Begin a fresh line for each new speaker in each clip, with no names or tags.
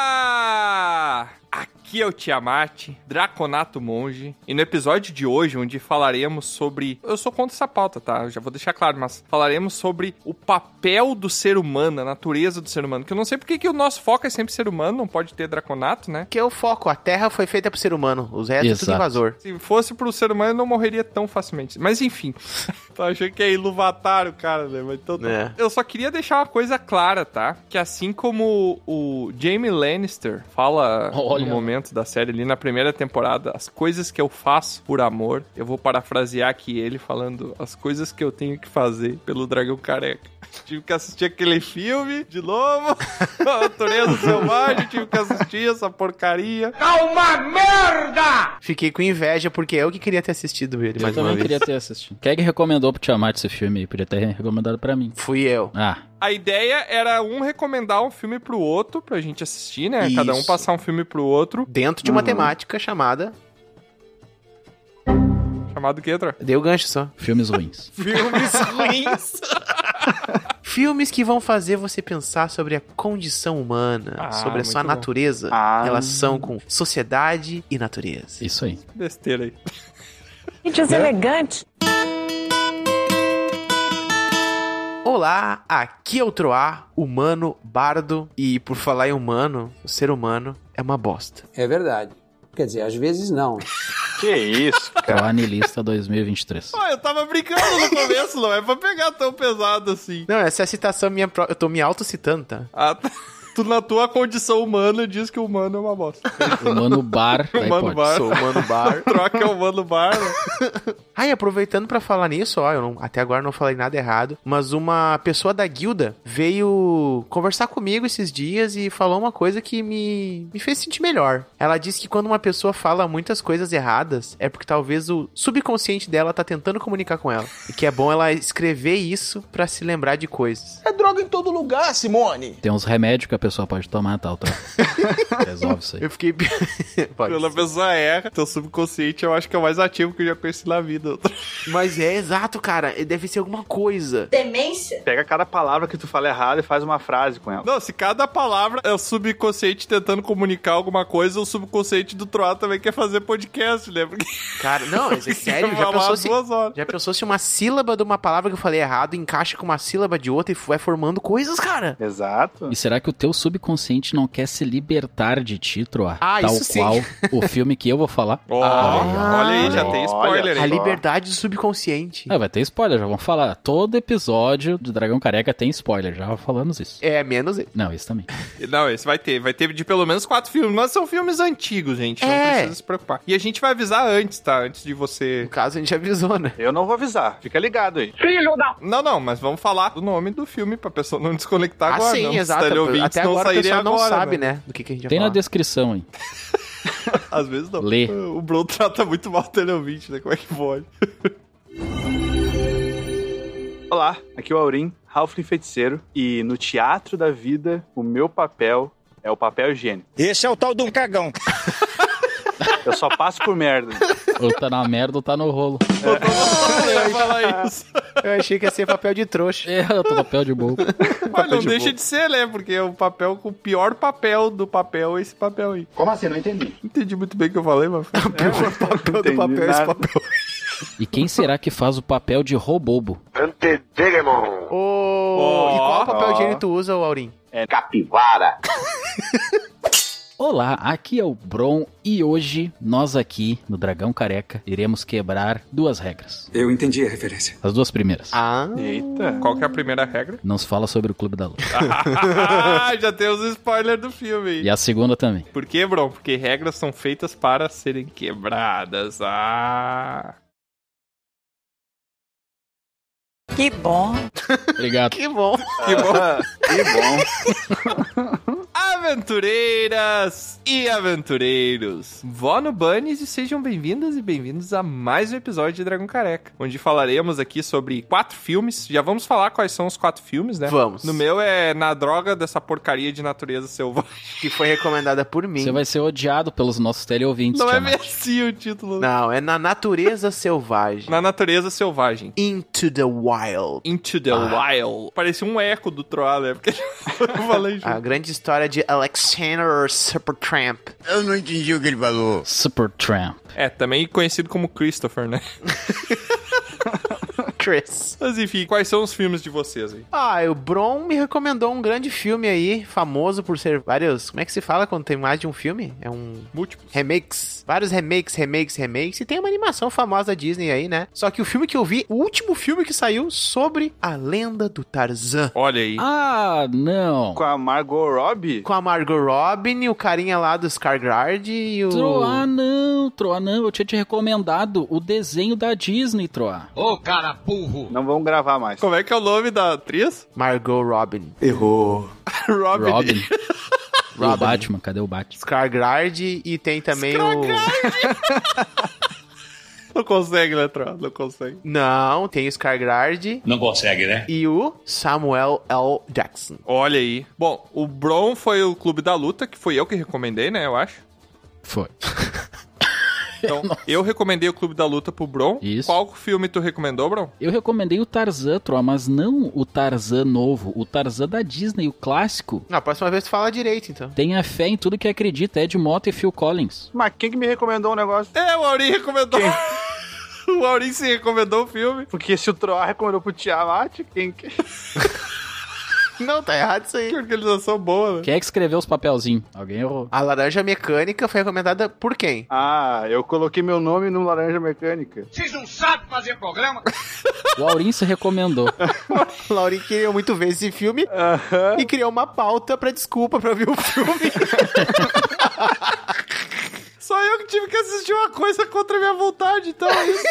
Olá! Aqui é o Tiamat, Draconato Monge, e no episódio de hoje, onde falaremos sobre. Eu sou contra essa pauta, tá? Eu já vou deixar claro, mas falaremos sobre o papel do ser humano, a natureza do ser humano. Que eu não sei porque que o nosso foco é sempre ser humano, não pode ter Draconato, né?
Que é o foco. A Terra foi feita pro ser humano. Os restos é tudo
Exato.
invasor.
Se fosse pro ser humano, eu não morreria tão facilmente. Mas enfim, tô achando que é iluvatar o cara, né? Mas então, tá
É.
eu só queria deixar uma coisa clara, tá? Que assim como o Jamie Lannister fala
Olha.
no momento da série ali na primeira temporada, as coisas que eu faço por amor, eu vou parafrasear aqui ele falando as coisas que eu tenho que fazer pelo dragão careca. Tive que assistir aquele filme de novo, a natureza selvagem, tive que assistir essa porcaria.
Fiquei com inveja porque eu que queria ter assistido ele
Eu
mais uma
também
vez.
queria ter assistido. Quem é que recomendou pro Tiamat esse filme aí? Podia ter recomendado pra mim.
Fui eu.
Ah,
A ideia era um recomendar um filme pro outro pra gente assistir, né? Cada um
Isso.
passar um filme pro outro.
Dentro
Uhum.
de uma temática chamada.
Chamado que entra?
Deu gancho só.
filmes ruins.
Filmes ruins.
Filmes que vão fazer você pensar sobre a condição humana,
Ah,
sobre a sua
muito bom.
natureza,
Ah.
relação com sociedade e natureza.
Isso aí.
Besteira aí.
Gente, deselegante.
Olá, aqui é o Troá, humano bardo. E por falar em humano, o ser humano é uma bosta.
É verdade. Quer dizer, às vezes não.
Que isso?
É o Anilista 2023.
Pô, eu tava brincando no começo, não é pra pegar tão pesado assim.
Não, essa é a citação minha própria. Eu tô me autocitando, tá?
Ah, tá. Tu, na tua condição humana, diz que o humano é uma bosta.
Humano Bar da
Humano
Hipótese.
Bar.
Sou
um
humano bardo.
Troca o humano bar, né?
Aí, aproveitando pra falar nisso, ó, eu não- até agora não falei nada errado, mas uma pessoa da guilda veio conversar comigo esses dias e falou uma coisa que me, me fez sentir melhor. Ela disse que quando uma pessoa fala muitas coisas erradas, é porque talvez o subconsciente dela tá tentando comunicar com ela. E que é bom ela escrever isso pra se lembrar de coisas.
É droga em todo lugar, Simone.
Tem uns remédios que a pessoa pode tomar tal, tal. Resolve isso aí.
Eu fiquei. Pode
Quando a
ser.
pessoa erra, teu subconsciente eu acho que é o mais ativo que eu já conheci na vida.
Mas é exato, cara. Deve ser alguma coisa.
Demência?
Pega cada palavra que tu fala errado e faz uma frase com ela.
Não, se cada palavra é o subconsciente tentando comunicar alguma coisa, o subconsciente do Troá também quer fazer podcast, né? Porque
Cara, não, isso é sério. Já
falar
pensou se,
duas horas.
Já pensou se uma sílaba de uma palavra que eu falei errado encaixa com uma sílaba de outra e vai formando coisas, cara?
Exato.
E será que o teu subconsciente não quer se libertar de ti, Troar?
Ah,
tal
isso sim.
qual o filme que eu vou falar?
Ó,
Ah,
olha aí,
olha
já
aí.
tem spoiler
Olha.
A
aí.
liberdade do subconsciente.
Ah, vai ter spoiler, já vamos falar. Todo episódio do Dragão Careca tem spoiler, já falamos isso.
É, menos.
Não, isso também.
Não, esse vai ter. Vai ter de pelo menos quatro filmes. Mas são filmes antigos, gente. Não
É.
precisa se preocupar. E a gente vai avisar antes, tá? Antes de você.
No caso, a gente avisou, né?
Eu não vou avisar. Fica ligado aí.
Não, não, mas vamos falar do nome do filme pra pessoa não desconectar agora.
ah, sim,
não,
exato.
Se tá ouvindo,
Até
não
agora o
sairia
pessoal não
agora,
sabe, né? Do que, que a gente vai
Tem na
falar.
descrição, hein?
Às vezes não.
Lê.
O Bruno trata muito mal o teleouvinte, né? Como é que pode?
Olá, aqui é o Aurim, Halfling Feiticeiro, e no Teatro da Vida, o meu papel é o papel higiênico.
Esse é o tal de um cagão.
Eu só passo por merda.
Ou tá na merda ou tá no rolo.
Vai falar isso.
Eu achei que ia ser papel de trouxa.
É, eu tô no pé de boca.
Mas não
de
deixa
bobo.
de ser, né? Porque é o papel com o pior papel do papel é esse papel aí.
Como assim? Não entendi.
Não Entendi muito bem o que eu falei, mas.
papel
entendi né?
do papel, esse
nada.
papel.
E quem será que faz o papel de robobo?
Ô, e qual papel higiênico tu usa, Aurim?
Olá, aqui é o Bron e hoje nós aqui no Dragão Careca iremos quebrar duas regras.
Eu entendi a referência.
As duas primeiras.
Ah,
Eita.
Qual que é a primeira regra?
Não se fala sobre o Clube da Luta.
Ah, já tem os spoilers do filme aí.
E a segunda também.
Por quê, bro? Porque regras são feitas para serem quebradas. Ah.
Que bom.
Obrigado.
Ah,
que bom.
Que bom.
Que bom.
A Aventureiras e aventureiros, vó no Bunnies e sejam bem-vindas e bem-vindos a mais um episódio de Dragão Careca, onde falaremos aqui sobre quatro filmes. Já vamos falar quais são os quatro filmes, né?
Vamos.
No meu é Na Droga dessa Porcaria de Natureza Selvagem.
Que foi recomendada por mim.
Você vai ser odiado pelos nossos teleouvintes,
Não é
Tiamat.
bem assim o título.
Não, é na natureza selvagem.
Na Natureza Selvagem.
Into the Wild.
Into the
Ah.
Wild. Parecia um eco do Troá, né? Porque eu falei junto.
Ah.
A grande história de Alexander Supertramp.
Eu não entendi o que ele falou.
Super Tramp.
É, também conhecido como Christopher, né?
Chris.
Mas enfim, quais são os filmes de vocês aí?
Ah, e o Bron me recomendou um grande filme aí, famoso por ser vários. Como é que se fala quando tem mais de um filme? É um
Múltiplos.
remakes. Vários remakes, remakes, remakes. E tem uma animação famosa da Disney aí, né? Só que o filme que eu vi, o último filme que saiu sobre a lenda do Tarzan.
Olha aí.
Ah, não.
Com a Margot Robbie?
Com a Margot Robin, o carinha lá do Scarguard e o.
Troá, não, Troá, não. Eu tinha te recomendado o desenho da Disney, Troá.
Não vão gravar mais.
Como é que é o nome da atriz?
Margot Robin.
Errou.
Robin.
Robin. E o Batman, cadê o Batman?
Scarguard e tem também o.
Não consegue, né, Tro? Não consegue.
Não, tem o Scarguard
Não consegue, né?
e o Samuel L. Jackson.
Olha aí. Bom, o Bron foi o Clube da Luta, que foi eu que recomendei, né, eu acho.
Foi.
Então, eu recomendei o Clube da Luta pro Bron.
Isso.
Qual filme tu recomendou, Bron?
Eu recomendei o Tarzan, Troá, mas não o Tarzan novo, o Tarzan da Disney, o clássico.
Na Ah, próxima vez tu fala direito, então.
Tenha fé em tudo que acredita, Ed Mota e Phil Collins.
Mas quem que me recomendou o negócio?
É, o Aurim recomendou. o Aurim se recomendou o filme.
Porque se o Troá recomendou pro Tiamat, quem que...
Não, tá errado isso
Que
aí.
organização boa, né?
Quem é que escreveu os papelzinhos? Alguém errou.
A laranja mecânica foi recomendada por quem?
Ah, eu coloquei meu nome no Laranja Mecânica.
O Aurim se recomendou.
Laurin queria muito ver esse filme
Aham.
e criou uma pauta pra desculpa pra ver o filme.
Só eu que tive que assistir uma coisa contra a minha vontade, então é isso.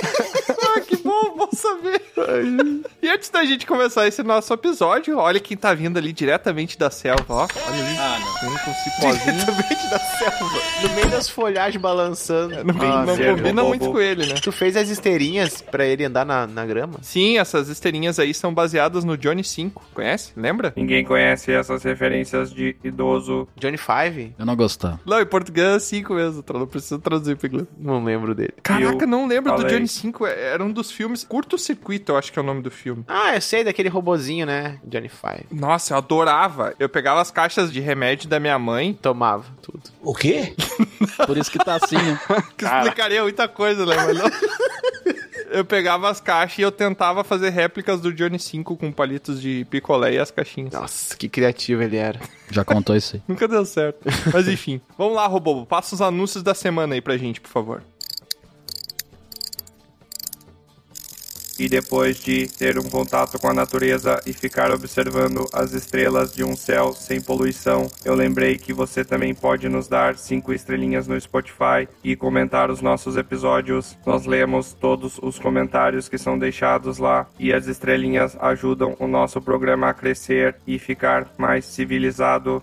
ah, que bom, bom saber. e antes da gente começar esse nosso episódio, olha quem tá vindo ali diretamente da selva, ó. Olha ali. Ah, não. Com um cipózinho.
Diretamente da selva. No meio das folhagens balançando.
É, Não,
Ah,
não
sério,
combina
bom,
muito
bom.
com ele, né?
Tu fez as esteirinhas pra ele andar na, na grama?
Sim, essas esteirinhas aí são baseadas no Johnny 5. Conhece? Lembra?
Ninguém conhece essas referências de idoso.
Johnny Five?
Eu não gostava.
Não, em português é 5 mesmo, tá? não precisa traduzir pra inglês.
Não lembro dele.
Caraca, não lembro do
falei.
Johnny 5. é- Era um dos filmes. Curto Circuito, eu acho que é o nome do filme.
Ah, eu sei daquele robozinho, né? Johnny Five.
Nossa, eu adorava. Eu pegava as caixas de remédio da minha mãe,
Tomava tudo.
O quê?
Por isso que tá assim, né?
que explicaria muita coisa, né? Mas não... Eu pegava as caixas e eu tentava fazer réplicas do Johnny 5 com palitos de picolé e as caixinhas.
Nossa, que criativo ele era.
Já contou isso aí.
Nunca deu certo. Mas enfim, vamos lá, Robobo. Passa os anúncios da semana aí pra gente, por favor.
E depois de ter um contato com a natureza e ficar observando as estrelas de um céu sem poluição, eu lembrei que você também pode nos dar cinco estrelinhas no Spotify e comentar os nossos episódios. Nós lemos todos os comentários que são deixados lá e as estrelinhas ajudam o nosso programa a crescer e ficar mais civilizado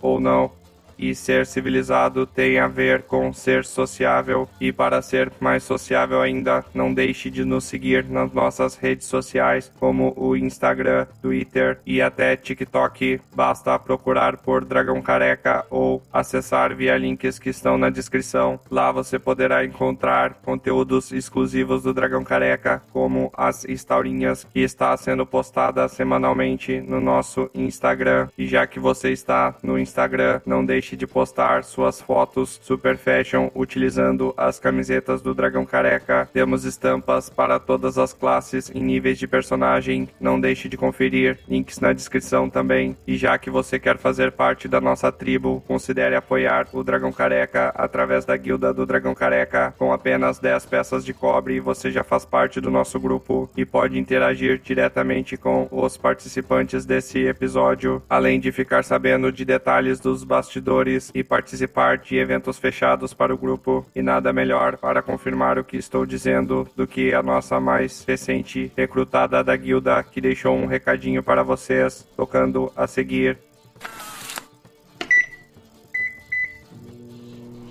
ou não. E ser civilizado tem a ver com ser sociável. E para ser mais sociável ainda, não deixe de nos seguir nas nossas redes sociais, como o Instagram, Twitter e até TikTok. Basta procurar por Dragão Careca ou acessar via links que estão na descrição. Lá você poderá encontrar conteúdos exclusivos do Dragão Careca, como as historinhas que está tá sendo postada semanalmente no nosso Instagram. E já que você está no Instagram, não deixe de postar suas fotos super fashion utilizando as camisetas do Dragão Careca. Temos estampas para todas as classes e níveis de personagem. Não deixe de conferir, links na descrição também. E já que você quer fazer parte da nossa tribo, considere apoiar o Dragão Careca através da guilda do Dragão um Careca. Com apenas 10 peças de cobre, você já faz parte do nosso grupo e pode interagir diretamente com os participantes desse episódio, além de ficar sabendo de detalhes dos bastidores e participar de eventos fechados para o grupo. E nada melhor para confirmar o que estou dizendo do que a nossa mais recente recrutada da guilda, que deixou um recadinho para vocês, tocando a seguir.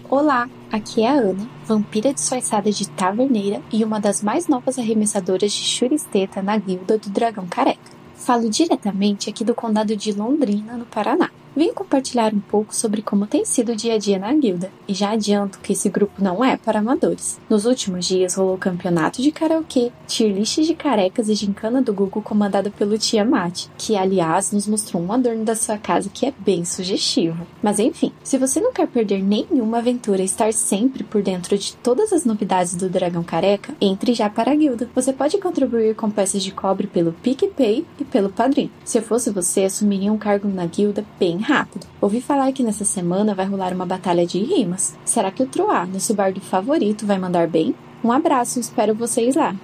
Olá, aqui é a Ana, vampira disfarçada de taverneira e uma das mais novas arremessadoras de churisteta na guilda do Dragão Careca. Falo diretamente aqui do condado de Londrina, no Paraná. Vim compartilhar um pouco sobre como tem sido o dia a dia na guilda, e já adianto que esse grupo não é para amadores. Nos últimos dias rolou campeonato de karaokê, tier list de carecas e gincana do Google comandada pelo Tiamat, que aliás nos mostrou um adorno da sua casa que é bem sugestivo. Mas enfim, se você não quer perder nenhuma aventura e estar sempre por dentro de todas as novidades do Dragão Careca, entre já para a guilda. Você pode contribuir com peças de cobre pelo PicPay e pelo Padrim. Se eu fosse você, assumiria um cargo na guilda bem rápido. Ouvi falar que nessa semana vai rolar uma batalha de rimas. Será que o Troá, nosso bardo favorito, vai mandar bem? Um abraço, espero vocês lá.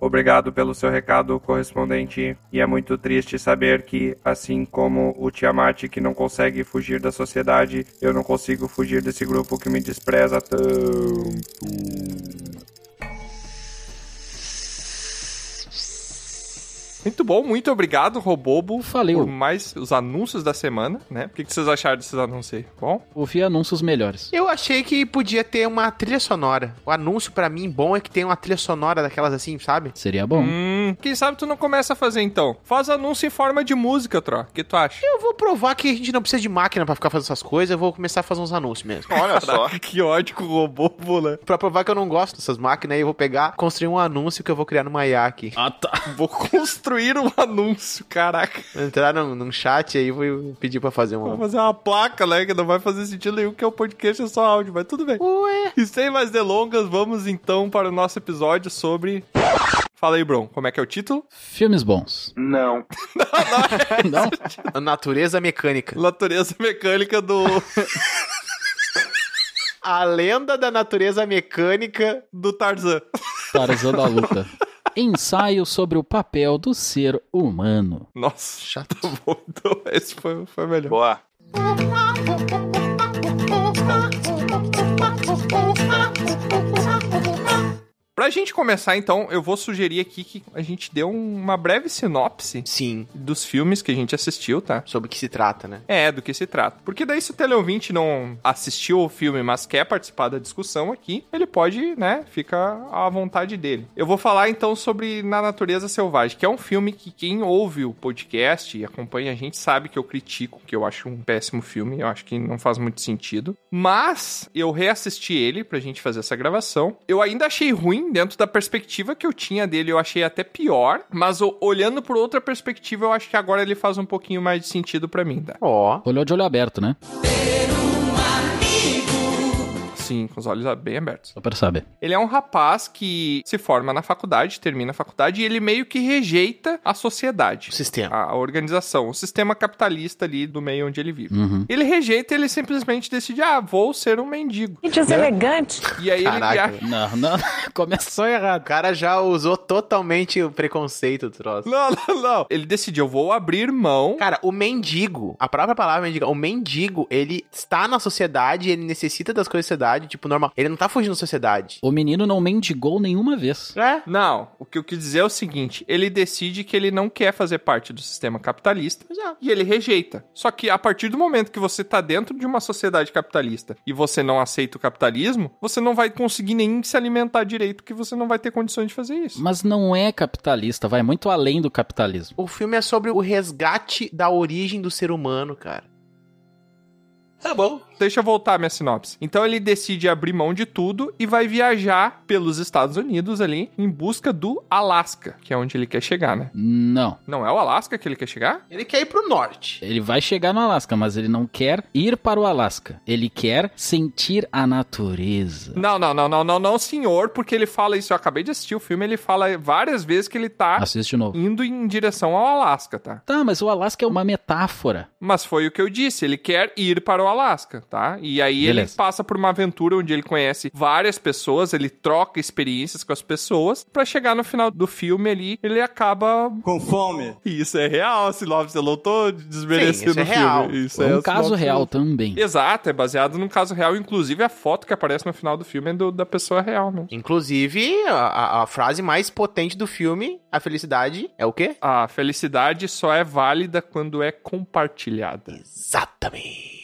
Obrigado pelo seu recado, correspondente. E é muito triste saber que, assim como o Tiamat que não consegue fugir da sociedade, eu não consigo fugir desse grupo que me despreza tanto.
Muito bom, muito obrigado, Robobo.
Valeu.
Por mais os anúncios da semana, né? O que que vocês acharam desses anúncios aí? Bom?
Ouvi anúncios melhores.
Eu achei que podia ter uma trilha sonora. O anúncio pra mim bom é que tem uma trilha sonora daquelas assim, sabe?
Seria bom.
Hum, quem sabe tu não começa a fazer então? Faz anúncio em forma de música, Tro. O que tu acha?
Eu vou provar que a gente não precisa de máquina pra ficar fazendo essas coisas, eu vou começar a fazer uns anúncios mesmo.
Olha só.
Que ódio com o Robobo, né?
Pra provar que eu não gosto dessas máquinas, aí eu vou pegar, construir um anúncio que eu vou criar numa IA aqui.
Ah, tá.
Vou construir um anúncio, caraca.
Entrar num, num chat aí e vou pedir pra fazer
Vou
um.
fazer uma placa, né? Que não vai fazer sentido nenhum, que é o podcast, é só áudio, mas tudo bem. Ué. E sem mais delongas, vamos então para o nosso episódio sobre. Fala aí, Bron, como é que é o título?
Filmes bons.
Não.
Não?
é? Natureza mecânica.
Natureza mecânica do,
A lenda da natureza mecânica.
do Tarzan.
Tarzan da luta. Ensaio sobre o papel do ser humano.
Nossa, chato bom, então esse foi, foi melhor.
Boa.
Pra gente começar, então, eu vou sugerir aqui que a gente dê um- uma breve sinopse
Sim.
dos filmes que a gente assistiu, tá?
Sobre o que se trata, né?
É, do que se trata. Porque daí se o teleouvinte não assistiu o filme, mas quer participar da discussão aqui, ele pode, né, fica à vontade dele. Eu vou falar então sobre Na Natureza Selvagem, que é um filme que quem ouve o podcast e acompanha a gente sabe que eu critico, que eu acho um péssimo filme, eu acho que não faz muito sentido. Mas eu reassisti ele pra gente fazer essa gravação. Eu ainda achei ruim dentro da perspectiva que eu tinha dele, eu achei até pior, mas o- olhando por outra perspectiva, eu acho que agora ele faz um pouquinho mais de sentido pra mim, tá?
Ó.
Olhou de olho aberto, né?
Sim, com os olhos bem abertos.
Só pra saber.
Ele é um rapaz que se forma na faculdade, termina a faculdade e ele meio que rejeita a sociedade,
O sistema.
a organização, o sistema capitalista ali do meio onde ele vive.
Uhum.
Ele rejeita, ele simplesmente decide, ah, vou ser um mendigo.
Que deselegante.
E aí ele
Caraca.
acha...
Não, não. Começou errado.
O cara já usou totalmente o preconceito do troço.
Não, não, não. Ele decidiu, vou abrir mão.
Cara, o mendigo, a própria palavra mendigo, o mendigo, ele está na sociedade, ele necessita das coisas da sociedade, tipo, normal. Ele não tá fugindo da sociedade.
O menino não mendigou nenhuma vez.
É?
Não, o que eu quis dizer é o seguinte: ele decide que ele não quer fazer parte do sistema capitalista
Exato.
e ele rejeita. Só que a partir do momento que você tá dentro de uma sociedade capitalista e você não aceita o capitalismo, você não vai conseguir nem se alimentar direito, porque você não vai ter condições de fazer isso.
Mas não é capitalista, vai muito além do capitalismo.
O filme é sobre o resgate da origem do ser humano, cara.
Tá bom.
Deixa eu voltar a minha sinopse. Então ele decide abrir mão de tudo e vai viajar pelos Estados Unidos ali em busca do Alasca, que é onde ele quer chegar, né?
Não.
Não é o Alasca que ele quer chegar?
Ele quer ir pro norte.
Ele vai chegar no Alasca, mas ele não quer ir para o Alasca. Ele quer sentir a natureza.
Não, não, não, não, não, não, senhor, porque ele fala isso. Eu acabei de assistir o filme, ele fala várias vezes que ele tá
Assiste de novo.
indo em direção ao Alasca, tá?
Tá, mas o Alasca é uma metáfora.
Mas foi o que eu disse, ele quer ir para o Alasca. tá? E aí ele
Beleza.
passa por uma aventura onde ele conhece várias pessoas, ele troca experiências com as pessoas, pra chegar no final do filme ali, ele acaba...
Com fome.
Isso é real, Sinopse, eu não tô desmerecendo
Sim, isso é
o filme.
real.
Isso
É um
a
caso
sinopse.
real também.
Exato, é baseado num caso real, inclusive a foto que aparece no final do filme é do- da pessoa real, né?
Inclusive, a- a, a frase mais potente do filme, a felicidade, é o quê?
A felicidade só é válida quando é compartilhada.
Exatamente.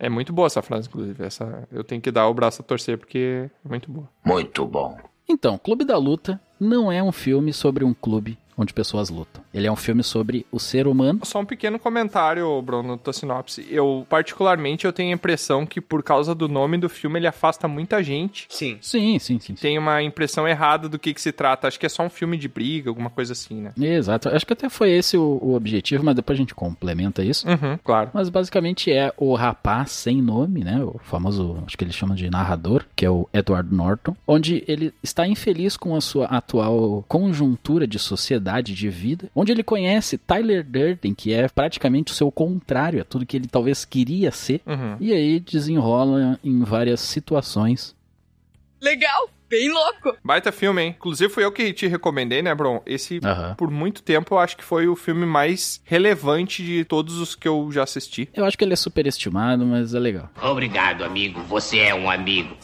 É muito boa essa frase, inclusive. Essa, eu tenho que dar o braço a torcer porque é muito boa.
Muito bom.
Então, Clube da Luta não é um filme sobre um clube onde pessoas lutam. Ele é um filme sobre o ser humano.
Só um pequeno comentário, Bruno, da tua sinopse. Eu, particularmente, eu tenho a impressão que por causa do nome do filme ele afasta muita gente.
Sim.
Sim, sim, sim. sim.
Tem uma impressão errada do que, que se trata. Acho que é só um filme de briga, alguma coisa assim, né?
Exato. Acho que até foi esse o, o objetivo, mas depois a gente complementa isso.
Uhum, claro.
Mas basicamente é o rapaz sem nome, né? O famoso, acho que eles chamam de narrador, que é o Edward Norton, onde ele está infeliz com a sua atual conjuntura de sociedade, de vida, onde ele conhece Tyler Durden, que é praticamente o seu contrário a tudo que ele talvez queria ser.
Uhum.
E aí desenrola em várias situações.
Legal, bem louco.
Baita filme, hein? Inclusive foi eu que te recomendei, né, Bron? Esse,
Aham.
por muito tempo, eu acho que foi o filme mais relevante de todos os que eu já assisti.
Eu acho que ele é superestimado, mas é legal.
Obrigado, amigo. Você é um amigo.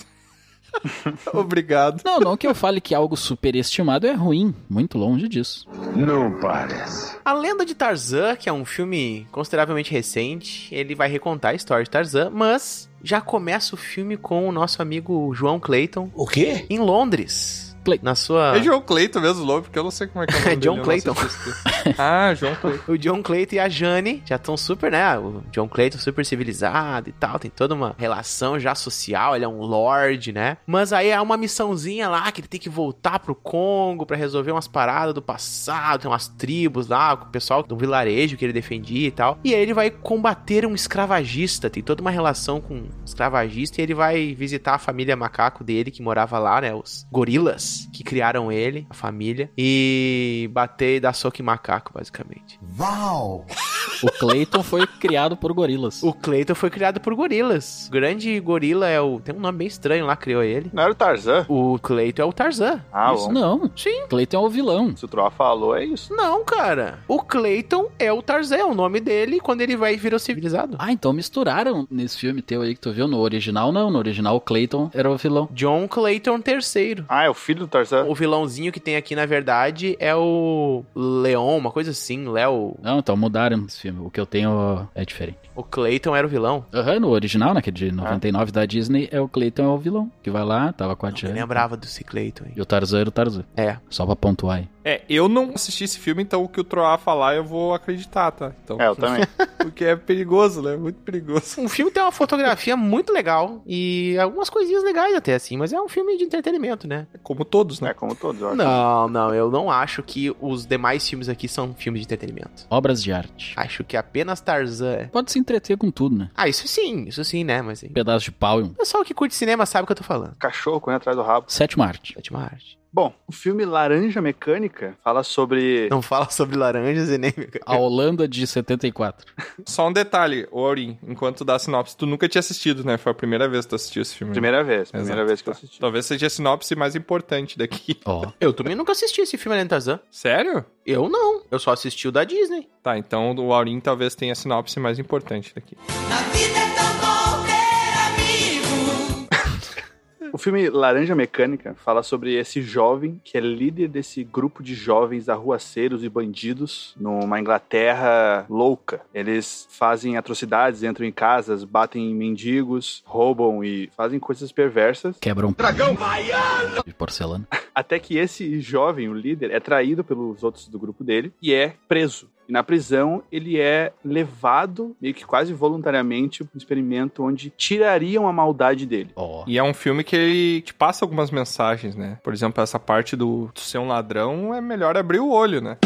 Obrigado.
Não, não que eu fale que algo superestimado é ruim, muito longe disso.
Não parece.
A Lenda de Tarzan, que é um filme consideravelmente recente, ele vai recontar a história de Tarzan, mas já começa o filme com o nosso amigo João Clayton.
O quê?
Em Londres.
Clay-
Na sua.
É John Clayton mesmo, o nome, porque eu não sei como é que é o nome
É Ah. John
dele, eu não
Clayton.
assisti esse filme. ah, John Clayton.
O John Clayton e a Jane já estão super, né? O John Clayton super civilizado e tal, tem toda uma relação já social, ele é um lord, né? Mas aí há uma missãozinha lá que ele tem que voltar pro Congo pra resolver umas paradas do passado, tem umas tribos lá, com o pessoal do vilarejo que ele defendia e tal. E aí ele vai combater um escravagista, tem toda uma relação com um escravagista e ele vai visitar a família macaco dele que morava lá, né? Os gorilas que criaram ele, a família, e bater e dar soco em macaco, basicamente.
Uau!
O Clayton foi criado por gorilas.
O Clayton foi criado por gorilas. O grande gorila é o. Tem um nome bem estranho lá, criou ele.
Não era o Tarzan?
O Clayton é o Tarzan.
Ah,
Isso
bom.
não.
Sim.
Clayton é o vilão.
Se o Troa falou, é isso.
Não, cara. O Clayton é o Tarzan, é o nome dele quando ele vai virar civilizado.
Ah, então misturaram nesse filme teu aí que tu viu. No original, não. No original, o Clayton era o vilão.
John Clayton III.
Ah, é o filho do Tarzan?
O vilãozinho que tem aqui, na verdade, é o Leon, uma coisa assim, Léo.
Não, então mudaram esse filme. O que eu tenho é diferente.
O Clayton era o vilão.
Aham, no original, naquele
Ah.
de 99 da Disney, é o Clayton é o vilão. Que vai lá, tava com a
Eu
Jane.
lembrava desse Clayton, hein?
E o Tarzan era o Tarzan.
É.
Só pra pontuar aí.
É, eu não assisti esse filme, então o que o Troá falar eu vou acreditar, tá? Então,
É, eu também.
Porque é perigoso, né? Muito perigoso.
O Um filme tem uma fotografia muito legal e algumas coisinhas legais até assim, mas é um filme de entretenimento, né?
Como todos, né?
É como todos, eu acho.
Não, não, eu não acho que os demais filmes aqui são filmes de entretenimento.
Obras de arte.
Acho que apenas Tarzan é.
Pode se entreter com tudo, né?
Ah, isso sim, isso sim, né? Mas. O
Pedaço de pau e um.
pessoal que curte cinema sabe o que eu tô falando.
Cachorro correndo atrás do rabo.
Sétima arte.
Sétima arte.
Bom, o filme Laranja Mecânica fala sobre.
Não fala sobre laranjas e nem.
A Holanda de 74.
É.
Só um detalhe, Orin, enquanto dá a sinopse, tu nunca tinha assistido, né? Foi a primeira vez que tu assistiu esse filme.
Primeira vez, primeira
Exato,
vez que eu
tá.
assisti.
Talvez seja a sinopse mais importante daqui.
Ó.
Eu também nunca assisti esse filme além do Tarzan.
Sério?
Eu não. Eu só assisti o da Disney.
Tá, então o Aurim talvez tenha a sinopse mais importante daqui.
A vida é tão bom ter amigo.
O filme Laranja Mecânica fala sobre esse jovem que é líder desse grupo de jovens arruaceiros e bandidos numa Inglaterra louca. Eles fazem atrocidades, entram em casas, batem em mendigos, roubam e fazem coisas perversas.
Quebra um
Dragão Baiano!
de porcelana.
Até que esse jovem, o líder, é traído pelos outros do grupo dele e é preso. E na prisão, ele é levado, meio que quase voluntariamente, para um experimento onde tirariam a maldade dele.
Ó.
E é um filme que ele te passa algumas mensagens, né? Por exemplo, essa parte do tu ser um ladrão é melhor abrir o olho, né?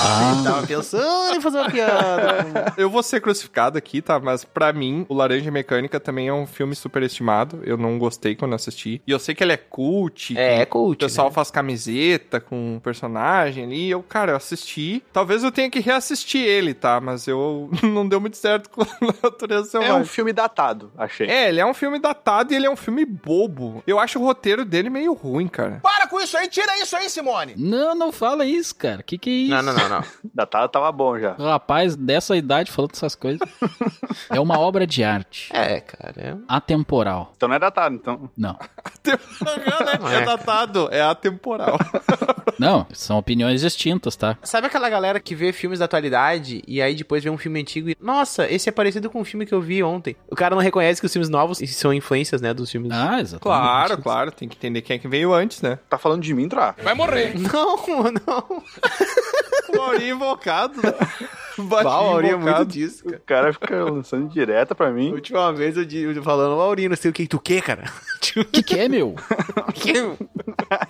Ah, tava pensando em fazer uma piada.
Eu vou ser crucificado aqui, tá? Mas pra mim, o Laranja Mecânica também é um filme superestimado. Eu não gostei quando assisti. E eu sei que ele é cult.
É,
que
é cult,
O pessoal
né?
faz camiseta com um personagem ali. E eu, cara, eu assisti. Talvez eu tenha que reassistir ele, tá? Mas eu não deu muito certo com a natureza
É
selvagem.
um filme datado, achei.
É, ele é um filme datado e ele é um filme bobo. Eu acho o roteiro dele meio ruim, cara.
Para com isso aí, tira isso aí, Simone!
Não, não fala isso, cara. Que que é isso?
Não, não, não, não.
Datado tava bom já.
Rapaz, dessa idade falando essas coisas. é uma obra de arte.
É, cara. é-
Atemporal.
Então não é datado, então.
Não.
Não é, datado, é atemporal.
Não, são opiniões distintas, tá?
Sabe aquela galera que vê filmes da atualidade e aí depois vê um filme antigo e. Nossa, esse é parecido com um filme que eu vi ontem. O cara não reconhece que os filmes novos são influências, né? Dos filmes.
Ah, exatamente.
Claro, claro, tem que entender quem é que veio antes, né?
Tá falando de mim, Troá?
Vai morrer!
Não, não.
O Aurinho invocado, né? Bate
Bah, o Aurinho é muito
invocado.
disso, cara.
O cara fica lançando direta pra mim.
Última vez eu, di- eu falando, Laurinho, não sei o que, tu quê, cara? Tipo,
O que, que é, meu?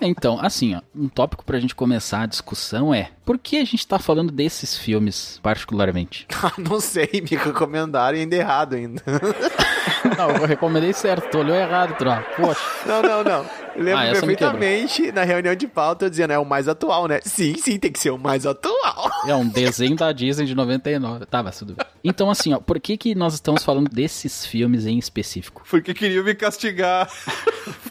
Então, assim, ó, um tópico pra gente começar a discussão é por que a gente tá falando desses filmes particularmente?
Ah, não sei, me recomendaram e ainda errado ainda.
Não, eu recomendei certo, tu olhou errado, Tro. Poxa.
Não, não, não. Eu Lembro
Ah, essa me quebrou.
perfeitamente na reunião de pauta eu dizendo, é o mais atual, né? Sim, sim, tem que ser o mais atual.
É um desenho da Disney de 99. Tá, mas tudo bem. Então, assim, ó, por que, que nós estamos falando desses filmes em específico?
Porque queriam me castigar.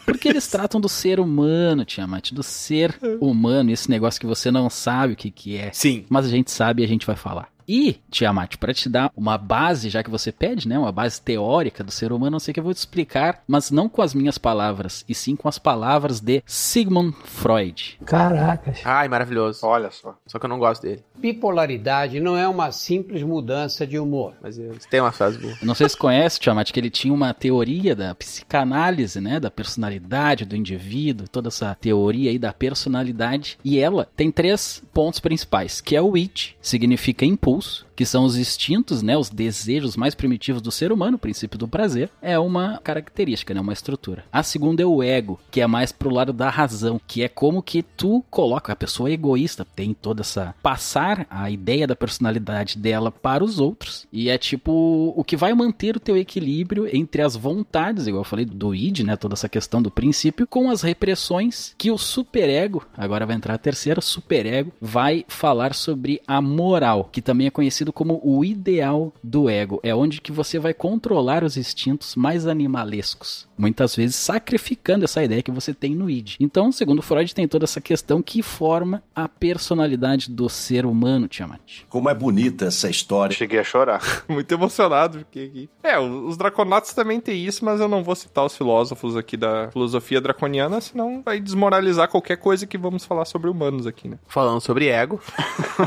Porque eles tratam do ser humano, Tiamat, do ser humano, esse negócio que você não sabe o que, que é.
Sim.
Mas a gente sabe e a gente vai falar. E, Tiamat, para te dar uma base, já que você pede, né? Uma base teórica do ser humano, não sei o que eu vou te explicar, mas não com as minhas palavras, e sim com as palavras de Sigmund Freud.
Caracas.
Ai, maravilhoso.
Olha só.
Só que eu não gosto dele.
Bipolaridade não é uma simples mudança de humor.
Mas eu- tem uma frase boa.
Não sei se conhece, Tiamat, que ele tinha uma teoria da psicanálise, né? Da personalidade do indivíduo, toda essa teoria aí da personalidade. E ela tem três pontos principais, que é o it, significa impulso, que são os instintos, né? Os desejos mais primitivos do ser humano, o princípio do prazer, é uma característica, né? Uma estrutura. A segunda é o ego, que é mais pro lado da razão, que é como que tu coloca a pessoa é egoísta, tem toda essa passar a ideia da personalidade dela para os outros e é tipo o que vai manter o teu equilíbrio entre as vontades, igual eu falei do id, né, toda essa questão do princípio com as repressões que o superego, agora vai entrar a terceira, o superego vai falar sobre a moral, que também é conhecido como o ideal do ego, é onde que você vai controlar os instintos mais animalescos, muitas vezes sacrificando essa ideia que você tem no id. Então, segundo Freud, tem toda essa questão que forma a personalidade do ser humano, Tiamat.
Como é bonita essa história.
Cheguei a chorar.
Muito emocionado fiquei aqui. É, o- os draconatos também têm isso, mas eu não vou citar os filósofos aqui da filosofia draconiana, senão vai desmoralizar qualquer coisa que vamos falar sobre humanos aqui, né?
Falando sobre ego.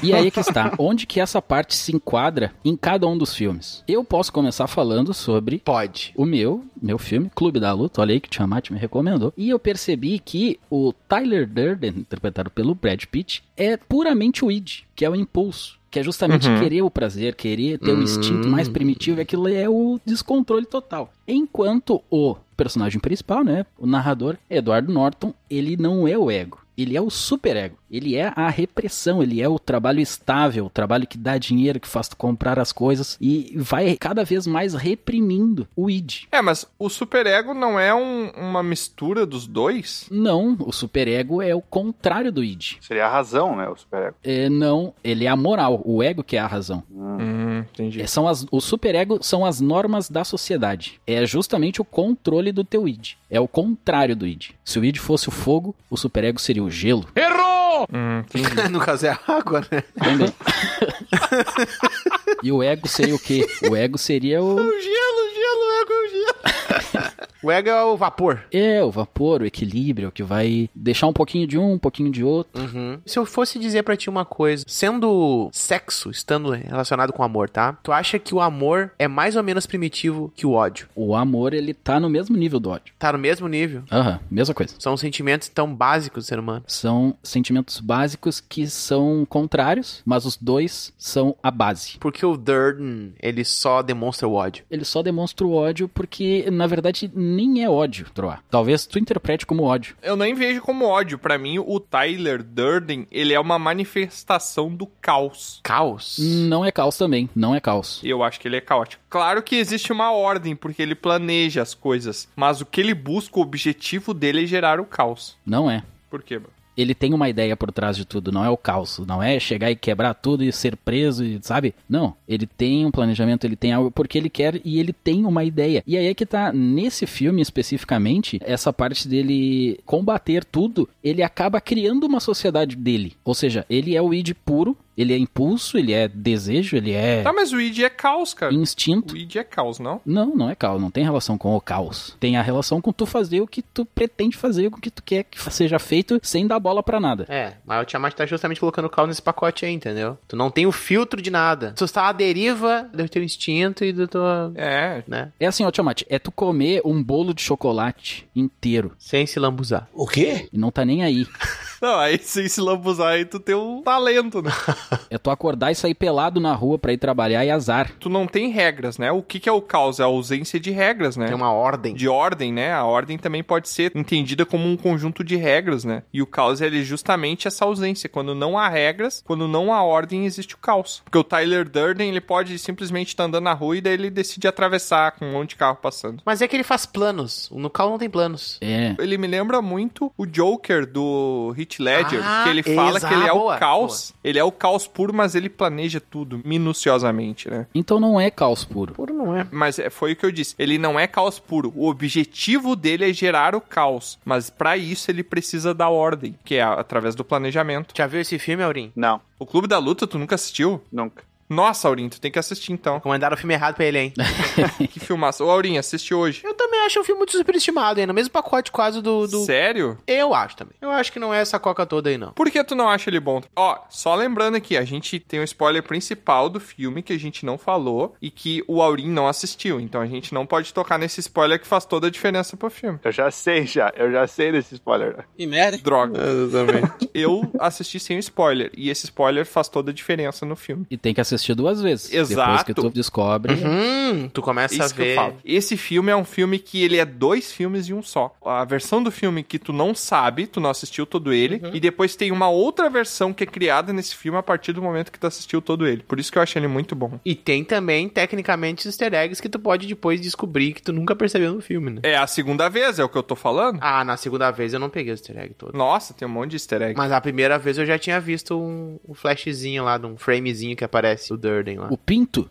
E aí que está, onde que essa parte se enquadra em cada um dos filmes? Eu posso começar falando sobre
Pode.
o meu, meu filme, Clube da Luta, olha aí que o Tiamat me recomendou. E eu percebi que o Tyler Durden, interpretado pelo Brad Pitt, é puramente o id, que é o impulso. Que é justamente
Uhum.
querer o prazer, querer ter o
Hum.
instinto mais primitivo, e aquilo é o descontrole total. Enquanto o personagem principal, né, o narrador, Edward Norton, ele não é o ego. Ele é o superego. Ele é a repressão, ele é o trabalho estável, o trabalho que dá dinheiro, que faz tu comprar as coisas e vai cada vez mais reprimindo o id.
É, mas o superego não é um- uma mistura dos dois?
Não, o superego é o contrário do id.
Seria a razão, né? O super
É, não, ele é a moral, o ego que é a razão.
Hum, entendi.
É, são as, o superego são as normas da sociedade. É justamente o controle do teu id. É o contrário do id. Se o id fosse o fogo, o superego seria o gelo.
Hum, entendi.
no caso é a água, né?
Também. e o ego seria o quê? O ego seria o.
O gelo, o gelo, o ego, é o gelo.
O ego é o vapor.
É, o vapor, o equilíbrio, o que vai deixar um pouquinho de um, um pouquinho de outro.
Uhum.
Se eu fosse dizer pra ti uma coisa, sendo sexo, estando relacionado com amor, tá? Tu acha que o amor é mais ou menos primitivo que o ódio?
O amor, ele tá no mesmo nível do ódio.
Tá no mesmo nível?
Aham, mesma coisa.
São sentimentos tão básicos do ser humano.
São sentimentos básicos que são contrários, mas os dois são a base.
Porque o Durden, ele só demonstra o ódio.
Ele só demonstra o ódio porque, na verdade, nem é ódio, Troá. Talvez tu interprete como ódio.
Eu nem vejo como ódio. Pra mim, o Tyler Durden, ele é uma manifestação do caos.
Caos?
Não é caos também, não é caos.
Eu acho que ele é caótico. Claro que existe uma ordem, porque ele planeja as coisas. Mas o que ele busca, o objetivo dele é gerar o caos.
Não é.
Por quê, mano?
ele tem uma ideia por trás de tudo, não é o caos, não é chegar e quebrar tudo e ser preso e sabe? Não, ele tem um planejamento, ele tem algo porque ele quer e ele tem uma ideia. E aí é que tá nesse filme especificamente, essa parte dele combater tudo, ele acaba criando uma sociedade dele. Ou seja, ele é o id puro, ele é impulso, ele é desejo, ele é
Tá, mas o id é caos, cara.
instinto.
O id é caos, não?
Não, não é caos, não tem relação com o caos. Tem a relação com tu fazer o que tu pretende fazer, com o que tu quer que seja feito sem dar bola pra nada.
É, mas o Tiamat tá justamente colocando caos nesse pacote aí, entendeu? Tu não tem o filtro de nada. Tu está à deriva do teu instinto e do teu...
É.
Né?
É assim, ó, Tiamat, é tu comer um bolo de chocolate inteiro.
Sem se lambuzar.
O quê?
E não tá nem aí.
Não, aí sem se lambuzar aí tu tem um talento, né?
É tu acordar e sair pelado na rua pra ir trabalhar e azar.
tu não tem regras, né? O que, que é o caos? É a ausência de regras, né?
Tem É uma ordem.
De ordem, né? A ordem também pode ser entendida como um conjunto de regras, né? E o caos ele é justamente essa ausência. Quando não há regras, quando não há ordem, existe o caos. Porque o Tyler Durden, ele pode simplesmente estar andando na rua e daí ele decide atravessar com um monte de carro passando.
Mas é que ele faz planos. No caos não tem planos.
É.
Ele me lembra muito o Joker do Heath Ledger,
Ah,
que ele fala
exa-
que ele é
boa,
o caos. Ele é o caos puro, mas ele planeja tudo minuciosamente, né?
Então não é caos puro.
Puro não é.
Mas é- foi o que eu disse. Ele não é caos puro. O objetivo dele é gerar o caos. Mas pra isso ele precisa da ordem, que é a- através do planejamento.
Já viu esse filme, Aurim?
Não,
O Clube da Luta, tu nunca assistiu?
nunca.
Nossa, Aurinho, tu tem que assistir então.
Recomendaram o filme errado pra ele, hein?
que filmaço. Ô, Aurinho, assiste hoje.
eu também acho um filme muito superestimado, hein? No mesmo pacote quase do... do...
Sério?
Eu acho também. Eu acho que não é essa coca toda aí, não.
Por que tu não acha ele bom? Ó, só lembrando aqui, a gente tem o spoiler principal do filme que a gente não falou e que o Aurinho não assistiu. Então a gente não pode tocar nesse spoiler que faz toda a diferença pro filme.
Eu já sei, já. Eu já sei desse spoiler.
Que merda.
É,
Droga.
Exatamente.
Eu assisti sem o spoiler e esse spoiler faz toda a diferença no filme.
E tem que assistir duas vezes. Depois
Exato.
que tu descobre.
hum, tu começa a
Isso que eu
ver...
falo. Esse filme é um filme que ele é dois filmes em um só. A versão do filme que tu não sabe, tu não assistiu todo ele, e depois tem uma outra versão que é criada nesse filme a partir do momento que tu assistiu todo ele. Por isso que eu achei ele muito bom.
E tem também, tecnicamente, easter eggs que tu pode depois descobrir que tu nunca percebeu no filme, né?
É a segunda vez, é o que eu tô falando?
Ah, na segunda vez eu não peguei o easter egg todo.
Nossa, tem um monte de easter egg.
Mas a primeira vez eu já tinha visto um, um flashzinho lá, de um framezinho que aparece o Durden lá.
O Pinto?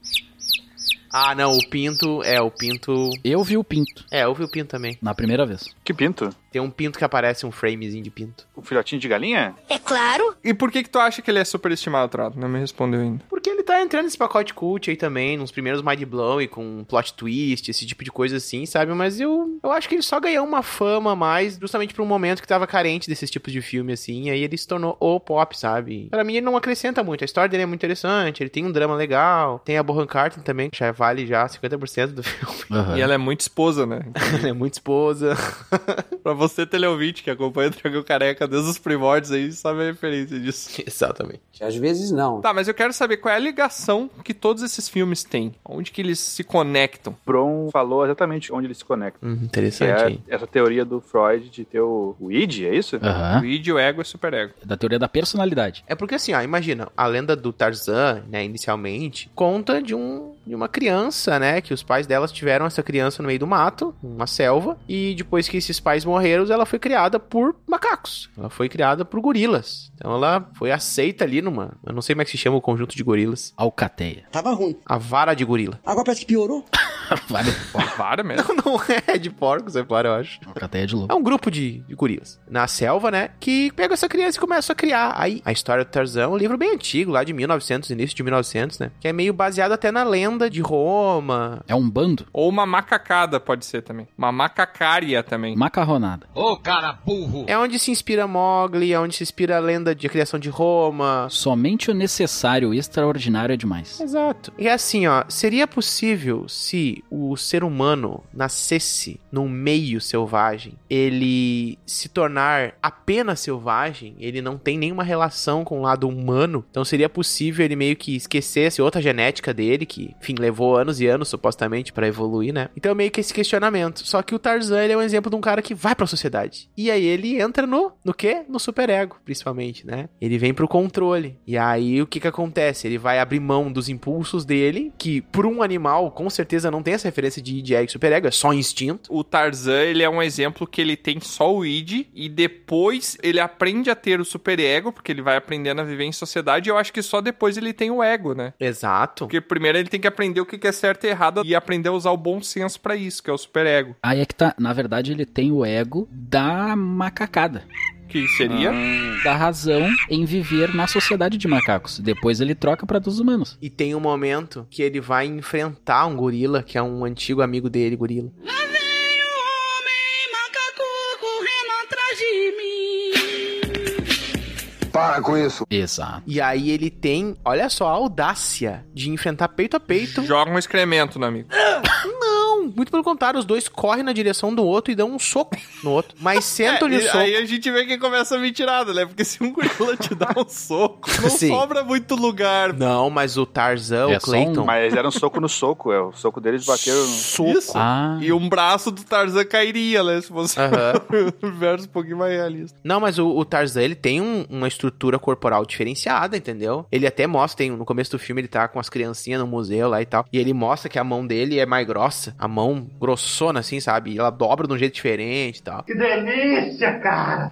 Ah, não, o Pinto, é, o Pinto...
Eu vi o Pinto
É, eu vi o Pinto também.
na primeira vez.
Que pinto?
Tem um Pinto que aparece, um framezinho de Pinto.
O filhotinho de galinha?
É claro.
E por que que tu acha que ele é superestimado, Trato? Não me respondeu ainda.
Porque ele tá entrando nesse pacote cult aí também, nos primeiros Mind Blow e com um plot twist, esse tipo de coisa assim, sabe? Mas eu, eu acho que ele só ganhou uma fama a mais justamente pra um momento que tava carente desses tipos de filme, assim, e aí ele se tornou o pop, sabe? Pra mim ele não acrescenta muito, a história dele é muito interessante, ele tem um drama legal, tem a Bohan Carter também, que já vale já 50% do filme,
E ela é muito esposa, né?
ela é muito esposa.
pra você, teleouvinte, que acompanha o Dragão Careca desde os primórdios aí, sabe a referência disso.
Exatamente.
Às vezes não.
Tá, mas eu quero saber qual é a ligação que todos esses filmes têm. Onde que eles se conectam?
Bron falou exatamente onde ele se conecta.
Hum,
Que
interessante, hein?
é essa teoria do Freud de ter o, o id, é isso?
Aham.
O id, o ego e o superego.
Da teoria da personalidade.
É porque assim, ó, imagina, a lenda do Tarzan, né, inicialmente, conta de um de uma criança, né, que os pais delas tiveram essa criança no meio do mato, uma selva, e depois que esses pais morreram, ela foi criada por macacos. Ela foi criada por gorilas. Então ela foi aceita ali numa, eu não sei como é que se chama o conjunto de gorilas,
Alcateia.
Tava ruim.
a vara de gorila.
Agora parece que piorou.
Vale.
Para mesmo.
Não é de porcos, é vara, eu acho.
Alcateia de
É
louco.
um grupo de, de gorilas na selva, né? Que pega essa criança e começa a criar. Aí, a história do Tarzan é um livro bem antigo, lá de 1900, início de 1900, né? Que é meio baseado até na lenda de Roma.
É um bando.
Ou uma macacada pode ser também. Uma macacária também.
Macarronada.
Ô, cara burro.
É onde se inspira Mogli, é onde se inspira a lenda de criação de Roma.
Somente o necessário, o extraordinário é demais.
Exato. E assim, ó, seria possível se se o ser humano nascesse num meio selvagem, ele se tornar apenas selvagem, ele não tem nenhuma relação com o lado humano, então seria possível ele meio que esquecesse outra genética dele, que, enfim, levou anos e anos supostamente pra evoluir, né? Então meio que esse questionamento. Só que o Tarzan, ele é um exemplo de um cara que vai pra sociedade. E aí ele entra no, no quê? No superego, principalmente, né? Ele vem pro controle. E aí o que que acontece? Ele vai abrir mão dos impulsos dele, que por um animal com certeza não tem essa referência de id, ego e superego, é só instinto.
O Tarzan, ele é um exemplo que ele tem só o id e depois ele aprende a ter o superego, porque ele vai aprendendo a viver em sociedade e eu acho que só depois ele tem o ego, né?
Exato.
Porque primeiro ele tem que aprender o que que é certo e errado e aprender a usar o bom senso pra isso, que é o superego.
Aí é que tá, na verdade ele tem o ego da macacada.
Que seria?
da razão em viver na sociedade de macacos. Depois ele troca para dos humanos.
E tem um momento que ele vai enfrentar um gorila, que é um antigo amigo dele, gorila.
Lá vem o homem macaco correndo atrás de mim.
Para com isso.
Exato.
E aí ele tem, olha só, a audácia de enfrentar peito a peito.
Joga um excremento no amigo.
Não, muito pelo contrário, os dois correm na direção do outro e dão um soco no outro. Mas sentam-lhe o
É, e
soco.
Aí a gente vê que começa a mentirada, né? Porque se um gorila te dá um soco, não
Sim.
sobra muito lugar.
Não, mas o Tarzan,
É
o
só
Clayton.
um-
Mas era um soco no soco, é. O soco deles bateu. no-
Soco.
Isso.
Ah,
E um braço do Tarzan cairia, né? Se fosse
Aham.
um verso um pouquinho mais realista.
Não, mas o, o Tarzan, ele tem um- uma estrutura corporal diferenciada, entendeu? Ele até mostra, tem, no começo do filme ele tá com as criancinhas no museu lá e tal, e ele mostra que a mão dele é mais grossa, a mão grossona assim, sabe? E ela dobra de um jeito diferente e tal.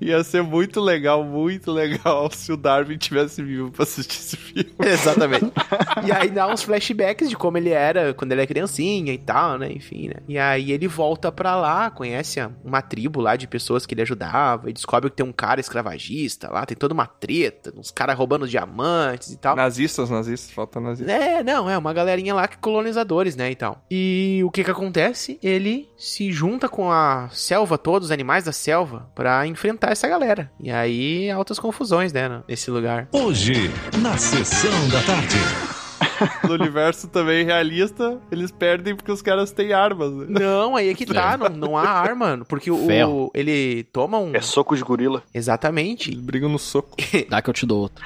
Ia ser muito legal, muito legal se o Darwin tivesse vivo pra assistir esse filme.
Exatamente. e aí dá uns flashbacks de como ele era quando ele era criancinha e tal, né? Enfim, né? E aí ele volta pra lá, conhece a- uma tribo lá de pessoas que ele ajudava, e descobre que tem um cara escravagista lá, tem toda uma treta, uns caras roubando diamantes e tal.
Nazistas, nazistas, falta nazista.
É, não, é uma galerinha lá que colonizadores, né, e tal. E o que que acontece? Ele se junta com a selva toda, os animais da selva, pra enfrentar essa galera. E aí, altas confusões, né, no- nesse lugar.
Hoje, na sessão da tarde.
No universo também realista, eles perdem porque os caras têm armas, né?
Não, aí é que tá, não, não há arma, porque o,
Ferro.
ele toma um...
É soco de gorila.
Exatamente.
Eles brigam no soco.
dá que eu te dou outro.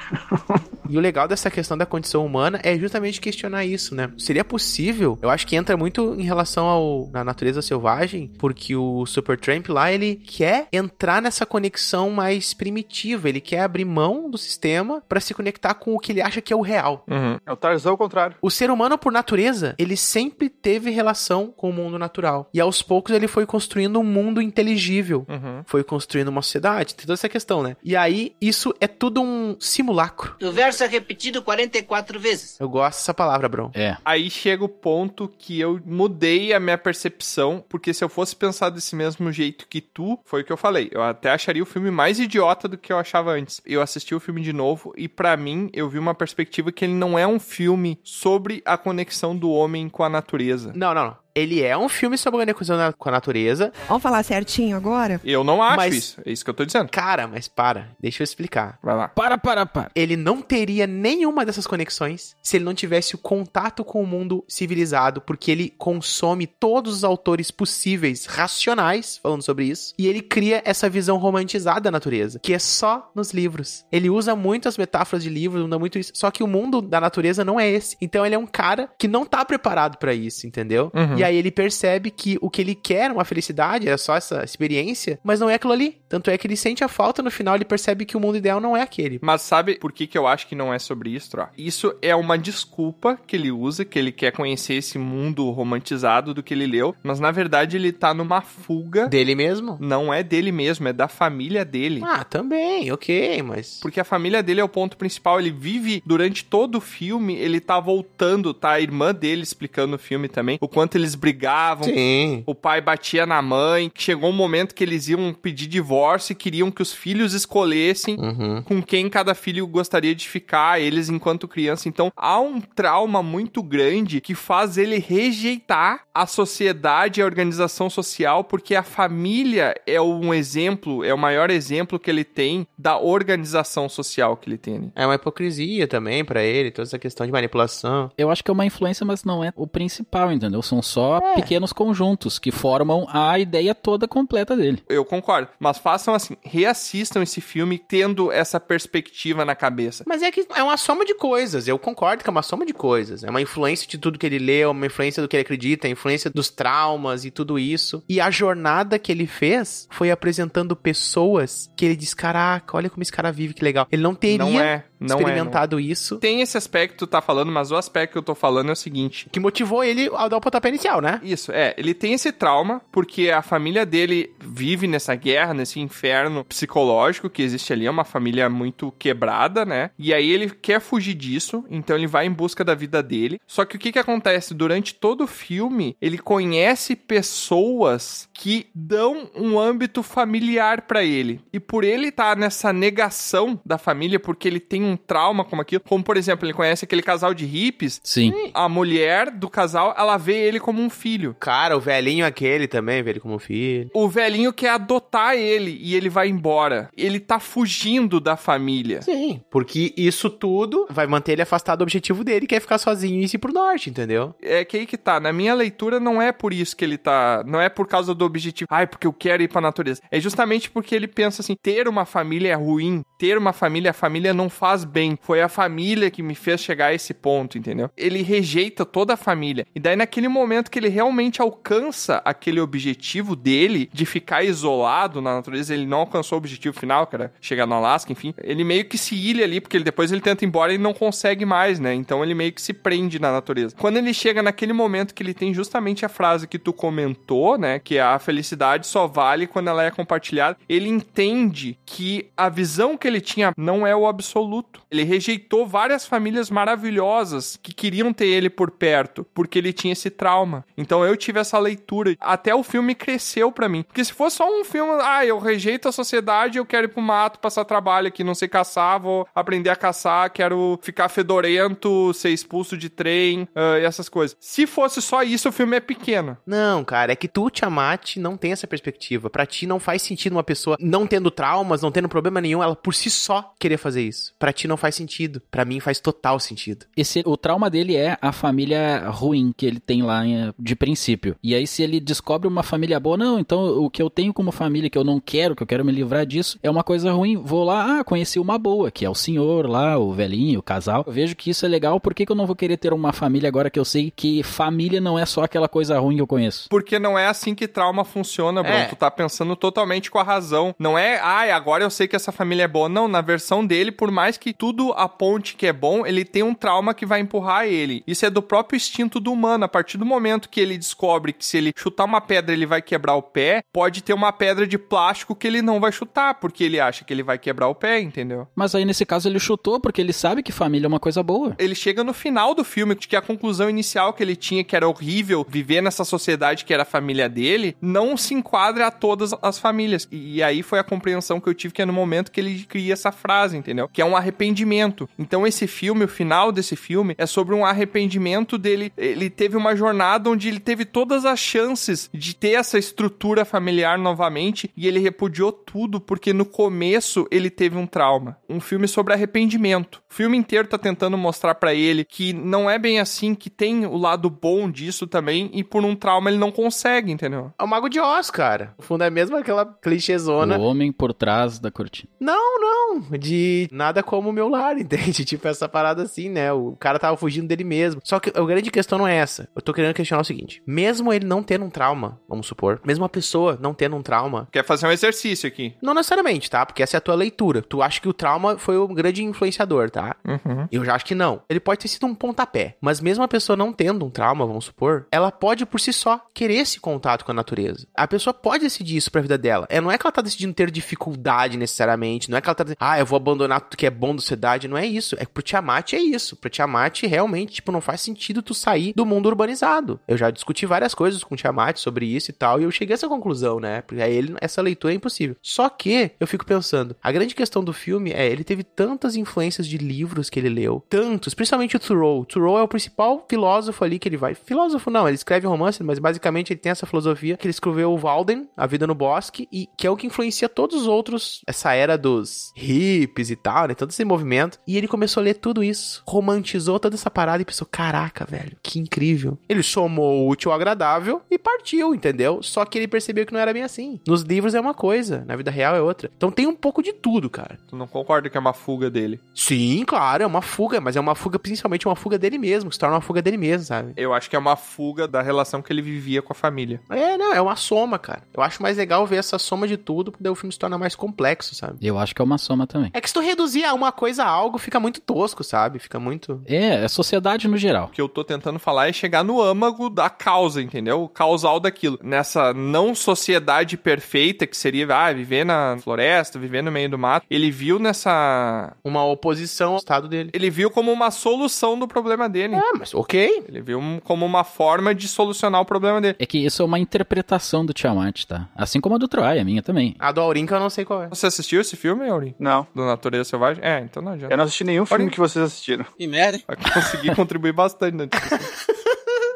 E o legal dessa questão da condição humana é justamente questionar isso, né? Seria possível? Eu acho que entra muito em relação ao na natureza selvagem, porque o Supertramp lá ele quer entrar nessa conexão mais primitiva, ele quer abrir mão do sistema pra se conectar com o que ele acha que é o real.
Uhum.
É o Tarzan ao contrário.
O ser humano, por natureza, ele sempre teve relação com o mundo natural. E aos poucos ele foi construindo um mundo inteligível
Uhum.
foi construindo uma sociedade, tem toda essa questão, né? E aí, isso é tudo um simulacro.
O verso é repetido 44 vezes.
Eu gosto dessa palavra, bro.
É.
Aí chega o ponto que eu mudei a minha percepção, porque se eu fosse pensar desse mesmo jeito que tu, foi o que eu falei. Eu até acharia o filme mais idiota do que eu achava antes. Eu assisti o filme de novo e pra mim eu vi uma perspectiva que ele não é um filme sobre a conexão do homem com a natureza.
Não, não, não. Ele é um filme sobre a conexão na- com a natureza.
Vamos falar certinho agora?
Eu não acho
Mas-
isso. É isso que eu tô dizendo.
Cara, mas para, deixa eu explicar.
Vai lá.
Para, para, para.
Ele não teria nenhuma dessas conexões se ele não tivesse o contato com o mundo civilizado, porque ele consome todos os autores possíveis, racionais, falando sobre isso, e ele cria essa visão romantizada da natureza, que é só nos livros. Ele usa muito as metáforas de livros, usa muito isso, só que o mundo da natureza não é esse. Então ele é um cara que não tá preparado pra isso, entendeu?
Uhum.
E aí ele percebe que o que ele quer, uma felicidade, é só essa experiência, mas não é aquilo ali. Tanto é que ele sente a falta no final, ele percebe que o mundo ideal não é aquele.
Mas sabe por que, que eu acho que não é sobre isso, Tro? Isso é uma desculpa que ele usa, que ele quer conhecer esse mundo romantizado do que ele leu, mas na verdade ele tá numa fuga.
Dele mesmo?
Não é dele mesmo, é da família dele.
Ah, também, ok, mas.
Porque a família dele é o ponto principal, ele vive durante todo o filme, ele tá voltando, tá? A irmã dele explicando o filme também, o quanto eles brigavam,
Sim.
o pai batia na mãe, chegou um momento que eles iam pedir divórcio e queriam que os filhos escolhessem
Uhum.
com quem cada filho gostaria de ficar, eles enquanto criança. Então, há um trauma muito grande que faz ele rejeitar a sociedade e a organização social, porque a família é um exemplo, é o maior exemplo que ele tem da organização social que ele tem. né?
É uma hipocrisia também pra ele, toda essa questão de manipulação.
Eu acho que é uma influência, mas não é o principal, entendeu? São só só é. pequenos conjuntos que formam a ideia toda completa dele.
Eu concordo. Mas façam assim, reassistam esse filme tendo essa perspectiva na cabeça.
Mas é que é uma soma de coisas. Eu concordo que é uma soma de coisas. É uma influência de tudo que ele leu, uma influência do que ele acredita, influência dos traumas e tudo isso. E a jornada que ele fez foi apresentando pessoas que ele diz: Caraca, olha como esse cara vive, que legal. Ele não teria.
Não é. Não
experimentado
é, não.
isso.
Tem esse aspecto que tá falando, mas o aspecto que eu tô falando é o seguinte:
que motivou ele ao dar o pontapé inicial, né?
Isso, é. Ele tem esse trauma porque a família dele vive nessa guerra, nesse inferno psicológico que existe ali, é uma família muito quebrada, né? E aí ele quer fugir disso, então ele vai em busca da vida dele. Só que o que que acontece durante todo o filme, ele conhece pessoas que dão um âmbito familiar para ele. E por ele estar tá nessa negação da família, porque ele tem um um trauma como aquilo. Como, por exemplo, ele conhece aquele casal de hippies.
Sim.
A mulher do casal, ela vê ele como um filho.
Cara, o velhinho aquele também vê ele como um filho.
O velhinho quer adotar ele e ele vai embora. Ele tá fugindo da família.
Sim, porque isso tudo vai manter ele afastado do objetivo dele, que é ficar sozinho e ir pro norte, entendeu?
É que aí que tá. Na minha leitura, não é por isso que ele tá. Não é por causa do objetivo. Ai, porque eu quero ir pra natureza. É justamente porque ele pensa assim: ter uma família é ruim. Ter uma família, a família não faz bem. Foi a família que me fez chegar a esse ponto, entendeu? Ele rejeita toda a família. E daí, naquele momento que ele realmente alcança aquele objetivo dele de ficar isolado na natureza, ele não alcançou o objetivo final, cara, chegar no Alasca, enfim. Ele meio que se ilha ali, porque ele, depois ele tenta ir embora e não consegue mais, né? Então ele meio que se prende na natureza. Quando ele chega naquele momento que ele tem justamente a frase que tu comentou, né? Que a felicidade só vale quando ela é compartilhada, ele entende que a visão que ele tinha não é o absoluto. Ele rejeitou várias famílias maravilhosas que queriam ter ele por perto, porque ele tinha esse trauma. Então eu tive essa leitura. Até o filme cresceu para mim. Porque se fosse só um filme, ah, eu rejeito a sociedade, eu quero ir pro mato, passar trabalho aqui, não sei caçar, vou aprender a caçar, quero ficar fedorento, ser expulso de trem, uh, essas coisas. Se fosse só isso, o filme é pequeno.
Não, cara, é que tu, Tiamat, não tem essa perspectiva. Para ti não faz sentido uma pessoa não tendo traumas, não tendo problema nenhum, ela por si só querer fazer isso. Pra ti não faz sentido. Para mim faz total sentido.
Esse, o trauma dele é a família ruim que ele tem lá eh, de princípio. E aí se ele descobre uma família boa, não, então o que eu tenho como família que eu não quero, que eu quero me livrar disso, é uma coisa ruim. Vou lá, ah, conheci uma boa, que é o senhor lá, o velhinho, o casal. Eu vejo que isso é legal, por que, que eu não vou querer ter uma família agora que eu sei que família não é só aquela coisa ruim que eu conheço?
Porque não é assim que trauma funciona, Bruno. É. Tu tá pensando totalmente com a razão. Não é, ai, ah, agora eu sei que essa família é boa. Não, na versão dele, por mais que tudo aponte que é bom, ele tem um trauma que vai empurrar ele. Isso é do próprio instinto do humano. A partir do momento que ele descobre que se ele chutar uma pedra ele vai quebrar o pé, pode ter uma pedra de plástico que ele não vai chutar, porque ele acha que ele vai quebrar o pé, entendeu?
Mas aí nesse caso ele chutou porque ele sabe que família é uma coisa boa.
Ele chega no final do filme, que a conclusão inicial que ele tinha, que era horrível viver nessa sociedade que era a família dele, não se enquadra a todas as famílias. E aí foi a compreensão que eu tive que é no momento que ele cria essa frase, entendeu? Que é um arrependimento. Então esse filme, o final desse filme é sobre um arrependimento dele. Ele teve uma jornada onde ele teve todas as chances de ter essa estrutura familiar novamente e ele repudiou tudo porque no começo ele teve um trauma. Um filme sobre arrependimento. O filme inteiro tá tentando mostrar para ele que não é bem assim, que tem o lado bom disso também e por um trauma ele não consegue, entendeu?
É o Mago de Oz, cara. O fundo é mesmo aquela clichêzona.
O homem por trás da cortina.
Não, não. De nada como o meu lar, entende? Tipo, essa parada assim, né? O cara tava fugindo dele mesmo. Só que a grande questão não é essa. Eu tô querendo questionar o seguinte: mesmo ele não tendo um trauma, vamos supor, mesmo a pessoa não tendo um trauma.
Quer fazer um exercício aqui?
Não necessariamente, tá? Porque essa é a tua leitura. Tu acha que o trauma foi um grande influenciador, tá?
Uhum.
Eu já acho que não. Ele pode ter sido um pontapé. Mas mesmo a pessoa não tendo um trauma, vamos supor, ela pode por si só querer esse contato com a natureza. A pessoa pode decidir isso pra vida dela. É, não é que ela tá decidindo ter dificuldade necessariamente. Não é que ela tá dizendo, ah, eu vou abandonar tudo que é bom do sociedade, não é isso. É que pro Tiamat é isso. Pro Tiamat realmente, tipo, não faz sentido tu sair do mundo urbanizado. Eu já discuti várias coisas com o Tiamat sobre isso e tal, e eu cheguei a essa conclusão, né? Porque aí ele, essa leitura é impossível. Só que eu fico pensando, a grande questão do filme é ele teve tantas influências de livros que ele leu, tantos, principalmente o Thoreau. O Thoreau é o principal filósofo ali que ele vai. Filósofo não, ele escreve romance, mas basicamente ele tem essa filosofia que ele escreveu o Walden, A Vida no Bosque, e que é o que influencia todos os outros, essa era dos dos hippies e tal, né? Todo esse movimento. E ele começou a ler tudo isso, romantizou toda essa parada e pensou: caraca, velho, que incrível. Ele somou o útil ao agradável e partiu, entendeu? Só que ele percebeu que não era bem assim. Nos livros é uma coisa, na vida real é outra. Então tem um pouco de tudo, cara.
Tu não concorda que é uma fuga dele?
Sim, claro, é uma fuga, mas é uma fuga, principalmente uma fuga dele mesmo, que se torna uma fuga dele mesmo, sabe?
Eu acho que é uma fuga da relação que ele vivia com a família.
É, não, é uma soma, cara. Eu acho mais legal ver essa soma de tudo, porque daí o filme se torna mais complexo, sabe?
Eu acho que é uma soma também.
É que se tu reduzir a uma coisa a algo, fica muito tosco, sabe? Fica muito.
É, é sociedade no geral.
O que eu tô tentando falar é chegar no âmago da causa, entendeu? O causal daquilo. Nessa não sociedade perfeita que seria, ah, viver na floresta, viver no meio do mato, ele viu nessa.
Uma oposição ao estado dele.
Ele viu como uma solução do problema dele.
É, mas ok.
Ele viu um- como uma forma de solucionar o problema dele.
É que isso é uma interpretação do Tiamat, tá? Assim como a do Troy, a minha também.
A do Aurinca eu não sei qual é.
Você assistiu esse filme, Aurim?
Não.
Do Natureza Selvagem? É, então não adianta.
Eu não assisti nenhum filme que vocês assistiram.
É
Que merda, hein?
Vai conseguir contribuir bastante né? Tipo, na discussão.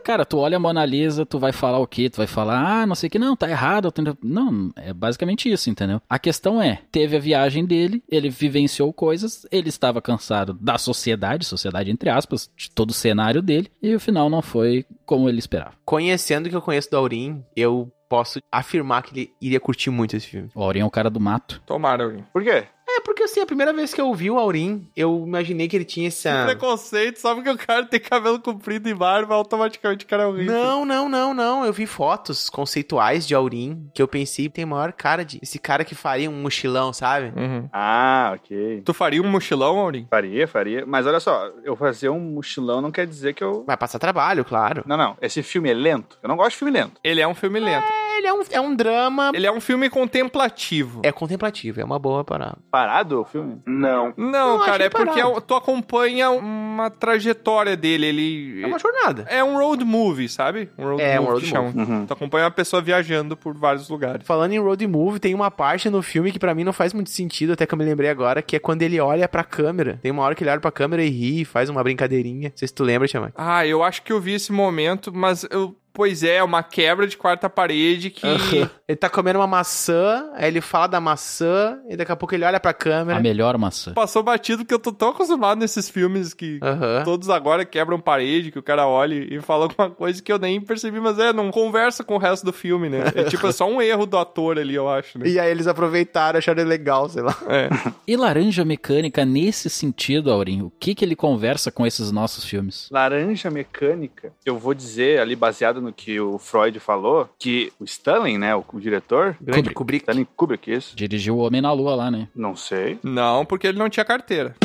Cara, tu olha a Mona Lisa, tu vai falar o quê? Tu vai falar, ah, não sei o que, não, tá errado. eu tenho- Não, é basicamente isso, entendeu? A questão é, teve a viagem dele, ele vivenciou coisas, ele estava cansado da sociedade, sociedade entre aspas, de todo o cenário dele, e o final não foi como ele esperava.
Conhecendo o que eu conheço do Aurim, eu posso afirmar que ele iria curtir muito esse filme.
O Aurim é o cara do mato.
Tomara, Aurim.
Por quê?
É, porque assim, a primeira vez que eu vi o Aurim, eu imaginei que ele tinha essa.
Preconceito, só porque o cara tem cabelo comprido e barba, automaticamente o cara é horrível.
Não, não, não, não. Eu vi fotos conceituais de Aurim que eu pensei tem maior cara de. Esse cara que faria um mochilão, sabe?
Uhum.
Ah, ok.
Tu faria um mochilão, Aurim?
Faria, faria. Mas olha só, eu fazer um mochilão não quer dizer que eu.
Vai passar trabalho, claro.
Não, não. Esse filme é lento. Eu não gosto de filme lento.
Ele é um filme lento.
É, Ele é um, é um drama.
Ele é um filme contemplativo.
É contemplativo, é uma boa parada.
Parado o filme?
Não.
Não,
Não, acho
cara, é
que parado.
porque é um- tu acompanha uma trajetória dele. Ele.
É uma jornada.
É um road movie, sabe? Um road
É, um
movie
road
que chamam.
Uhum.
Tu acompanha uma pessoa viajando por vários lugares.
Falando em road movie, tem uma parte no filme que pra mim não faz muito sentido, até que eu me lembrei agora, que é quando ele olha pra câmera. Tem uma hora que ele olha pra câmera e ri, faz uma brincadeirinha. Não sei se tu lembra, Tiamat.
Ah, eu acho que eu vi esse momento, mas eu. Pois é, é uma quebra de quarta parede que.
Ele tá comendo uma maçã, aí ele fala da maçã, e daqui a pouco ele olha pra câmera.
A melhor maçã.
Passou batido porque eu tô tão acostumado nesses filmes que
Aham.
todos agora quebram parede, que o cara olha e fala alguma coisa que eu nem percebi, mas é, não conversa com o resto do filme, né? É tipo, é só um erro do ator ali, eu acho, né?
E aí eles aproveitaram, acharam legal, sei lá.
É.
E Laranja Mecânica, nesse sentido, Aurim, o que que ele conversa com esses nossos filmes?
Laranja Mecânica, eu vou dizer ali, baseado no que o Freud falou, que o Stanley, né, o, o diretor,
Grande Kubrick.
Stanley Kubrick, isso?
Dirigiu O Homem na Lua lá, né?
Não sei.
Não, porque ele não tinha carteira.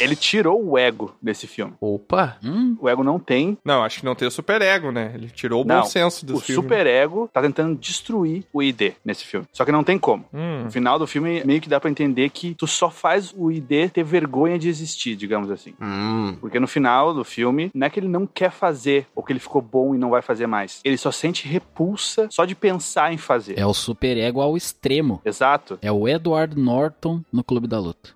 Ele tirou o ego desse filme.
Opa!
Hum,
O ego não tem.
Não, acho que não tem o superego, né? Ele tirou o
Não,
bom senso do
O
filme.
superego tá tentando destruir o ID nesse filme. Só que não tem como.
Hum.
No final do filme, meio que dá pra entender que tu só faz o ID ter vergonha de existir, digamos assim.
Hum.
Porque no final do filme, não é que ele não quer fazer, ou que ele ficou bom e não vai fazer mais. Ele só sente repulsa só de pensar em fazer.
É o superego ao extremo.
Exato.
É o Edward Norton no Clube da Luta.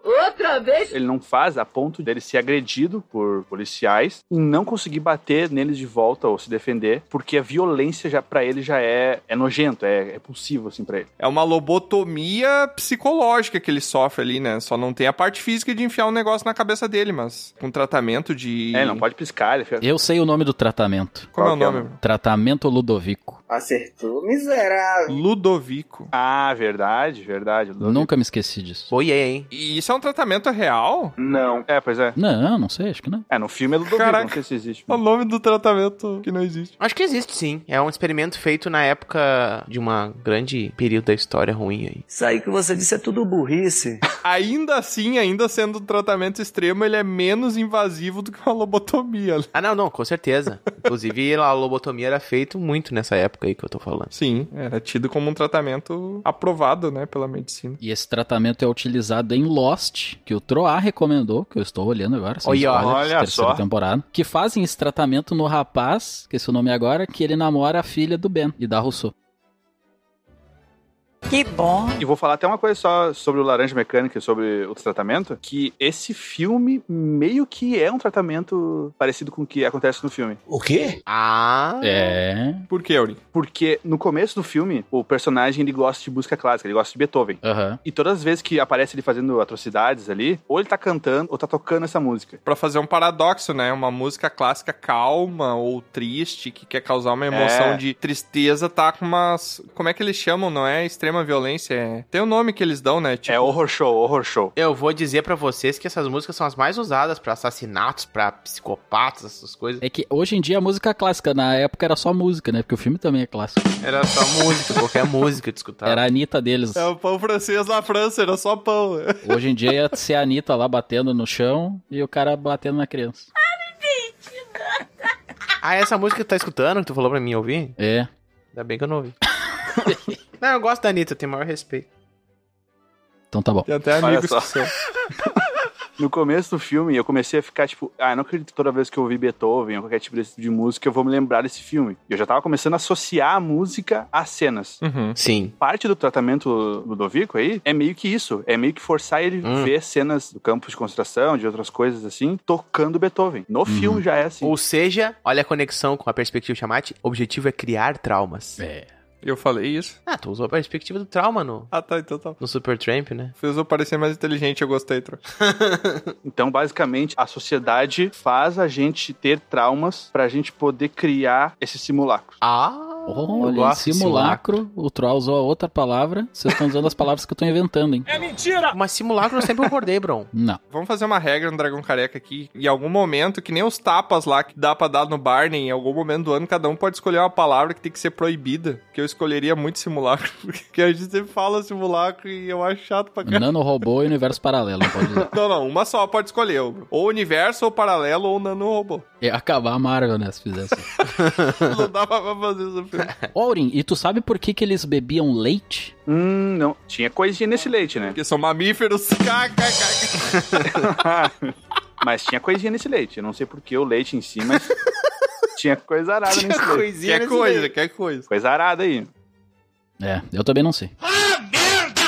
Ele não faz a ponto dele ser agredido por policiais e não conseguir bater neles de volta ou se defender, porque a violência já para ele já é, é nojento, é repulsivo assim pra ele.
É uma lobotomia psicológica que ele sofre ali, né? Só não tem a parte física de enfiar um negócio na cabeça dele, mas com tratamento de.
É, ele não pode piscar, ele fica...
Eu sei o nome do tratamento.
Como é o
Qual que é o
nome? bro?
Tratamento Ludovico.
Acertou,
Ah.
miserável.
Ludovico.
Ah, verdade, verdade. é
Nunca me esqueci disso.
Oi, é, hein?
E isso é um tratamento real?
Não.
É, pois é.
Não, não sei, acho que não.
É, no filme é do Domingo,
Caraca.
não sei se existe.
É o nome do tratamento que não existe.
Acho que existe sim. É um experimento feito na época de uma grande período da história ruim aí.
Isso aí que você disse é tudo burrice.
Ainda assim, ainda sendo um tratamento extremo, ele é menos invasivo do que uma lobotomia. né?
Ah, não, não, com certeza. Inclusive, a lobotomia era feito muito nessa época aí que eu tô falando.
Sim, era tido como um tratamento aprovado, né, pela medicina.
E esse tratamento é utilizado em Lost, que o Troá recomendou, que eu estou olhando agora. sem
Olha,
spoilers,
olha
terceira
só.
temporada. Que fazem esse tratamento no rapaz, que é o nome agora, que ele namora a filha do Ben e da Rousseau.
Que bom.
E vou falar até uma coisa só sobre o Laranja Mecânica e sobre o tratamento, que esse filme meio que é um tratamento parecido com o que acontece no filme.
O quê?
Ah.
É.
Por que, Eury?
Porque no começo do filme, o personagem ele gosta de música clássica, ele gosta de Beethoven.
Aham.
E todas as vezes que aparece ele fazendo atrocidades ali, ou ele tá cantando ou tá tocando essa música.
Pra fazer um paradoxo, né? Uma música clássica calma ou triste, que quer causar uma emoção
É.
de tristeza, tá com umas. Como é que eles chamam? Não é extrema violência? É... Tem um nome que eles dão, né? Tipo,
É horror show, horror show.
Eu vou dizer pra vocês que essas músicas são as mais usadas pra assassinatos, pra psicopatas, essas coisas.
É que hoje em dia é música clássica, na época era só música, né? Porque o filme também é clássico.
Era só música, qualquer música de escutar.
Era a Anitta deles.
É o pão francês na França, era só pão.
Hoje em dia ia ser a Anitta lá batendo no chão e o cara batendo na criança.
Ah, essa música que tu tá escutando, que tu falou pra mim ouvir?
É.
Ainda bem que eu não ouvi. não, eu gosto da Anitta, eu tenho maior respeito.
Então tá bom.
Tem até
Olha
é amigos
só.
que são.
No começo do filme, eu comecei a ficar tipo, ah, eu não acredito que toda vez que eu ouvir Beethoven ou qualquer tipo desse tipo de música, eu vou me lembrar desse filme. E eu já tava começando a associar a música às cenas.
Uhum.
Sim.
Parte do tratamento Ludovico aí é meio que isso. É meio que forçar ele
Hum.
ver cenas do campo de concentração, de outras coisas assim, tocando Beethoven.
Uhum.
No filme já é assim.
Ou seja, olha a conexão com a perspectiva chamate. O objetivo é criar traumas.
É.
Eu falei isso.
Ah, tu usou a perspectiva do trauma no,
Ah, tá, então tá.
no Super Tramp, né?
Fez eu parecer mais inteligente, eu gostei, Tro.
Então, basicamente, a sociedade faz a gente ter traumas pra gente poder criar esse simulacro.
Ah, eu
Olha,
gosto de
simulacro, o Troll usou a outra palavra. Vocês estão usando as palavras que eu tô inventando, hein?
simulacro. Mas simulacro eu sempre concordei, Bron.
Não.
Vamos fazer uma regra no Dragão Careca aqui. Em algum momento, que nem os tapas lá que dá pra dar no Barney, em algum momento do ano, cada um pode escolher uma palavra que tem que ser proibida. Que eu escolheria muito simulacro. Porque a gente sempre fala simulacro e eu acho chato pra caralho.
Nanorobô e universo paralelo, não pode usar.
Não, não, uma só pode escolher. Ou universo, ou paralelo, ou nano robô.
Ia É, acabar a Marvel, né, se fizesse.
Não dava pra fazer isso. filho.
Orin, e tu sabe por que que eles bebiam leite?
Hum, não. Tinha coisinha nesse leite, né?
Porque são mamíferos. KKK.
mas tinha coisinha nesse leite. Eu não sei por que o leite em si, mas tinha coisa arada nesse leite.
coisinha
Quer coisa, quer coisa.
Coisa arada aí.
É, eu também não sei. Ah, merda!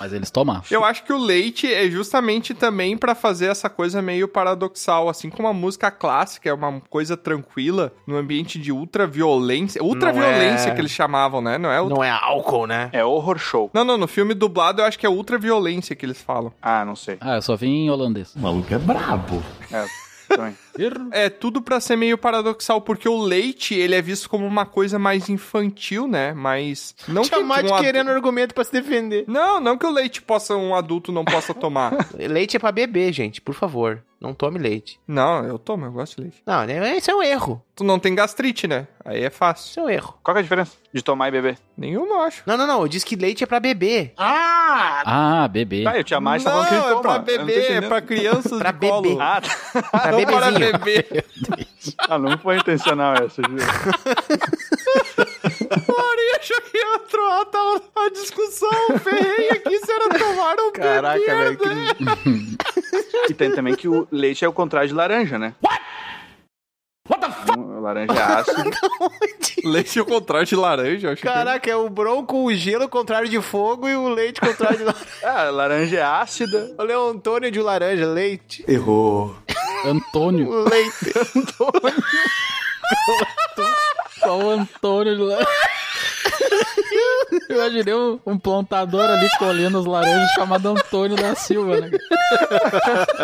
Mas eles tomavam.
Eu acho que o leite é justamente também pra fazer essa coisa meio paradoxal, assim como a música clássica é uma coisa tranquila no ambiente de ultra violência, ultra violência
é-
que eles chamavam, né? Não é? Ultra...
Não é álcool, né?
É horror show.
Não. não, no filme dublado eu acho que é ultra violência que eles falam.
Ah, não sei.
Ah, eu só vim em holandês.
É, também.
É tudo pra ser meio paradoxal porque o leite, ele é visto como uma coisa mais infantil, né? Mas não que
Chamate
um adu-
querendo argumento pra se defender.
Não, não que o leite possa um adulto não possa tomar.
Leite é pra beber, gente, por favor. Não tome leite.
não, eu tomo, eu gosto de leite.
Não, né? Isso é um erro.
Tu não tem gastrite, né? Aí é fácil.
Isso é um erro.
Qual que é a diferença de tomar e beber?
Nenhuma, eu acho.
Não, não, não. Eu disse que leite é pra beber.
Ah, bebê.
Tá, eu tinha mais, tá falando que ele
é
toma.
pra
Eu não tô
beber, é
entendendo.
pra crianças
Pra
de colo.
beber.
Ah, tá.
Pra
não para
bebezinho.
beber.
ah, não foi intencional essa, viu?
Porém, achou que ia troar a discussão ferrenha aqui se era tomar ou
Caraca,
beber.
velho. que-
E tem também que o leite é o contrário de laranja, né? What? What the fuck? Laranja é ácido.
Leite ao contrário de laranja, eu acho
Caraca, é o Bron com o gelo ao contrário de fogo e o leite ao contrário de laranja.
ah, laranja é ácida.
O Leo Antônio de laranja, leite.
Antônio.
Leite.
Só Tá o Antônio de lá. Eu Imaginei um, um plantador ali colhendo os laranjas chamado Antônio da Silva, né? cara?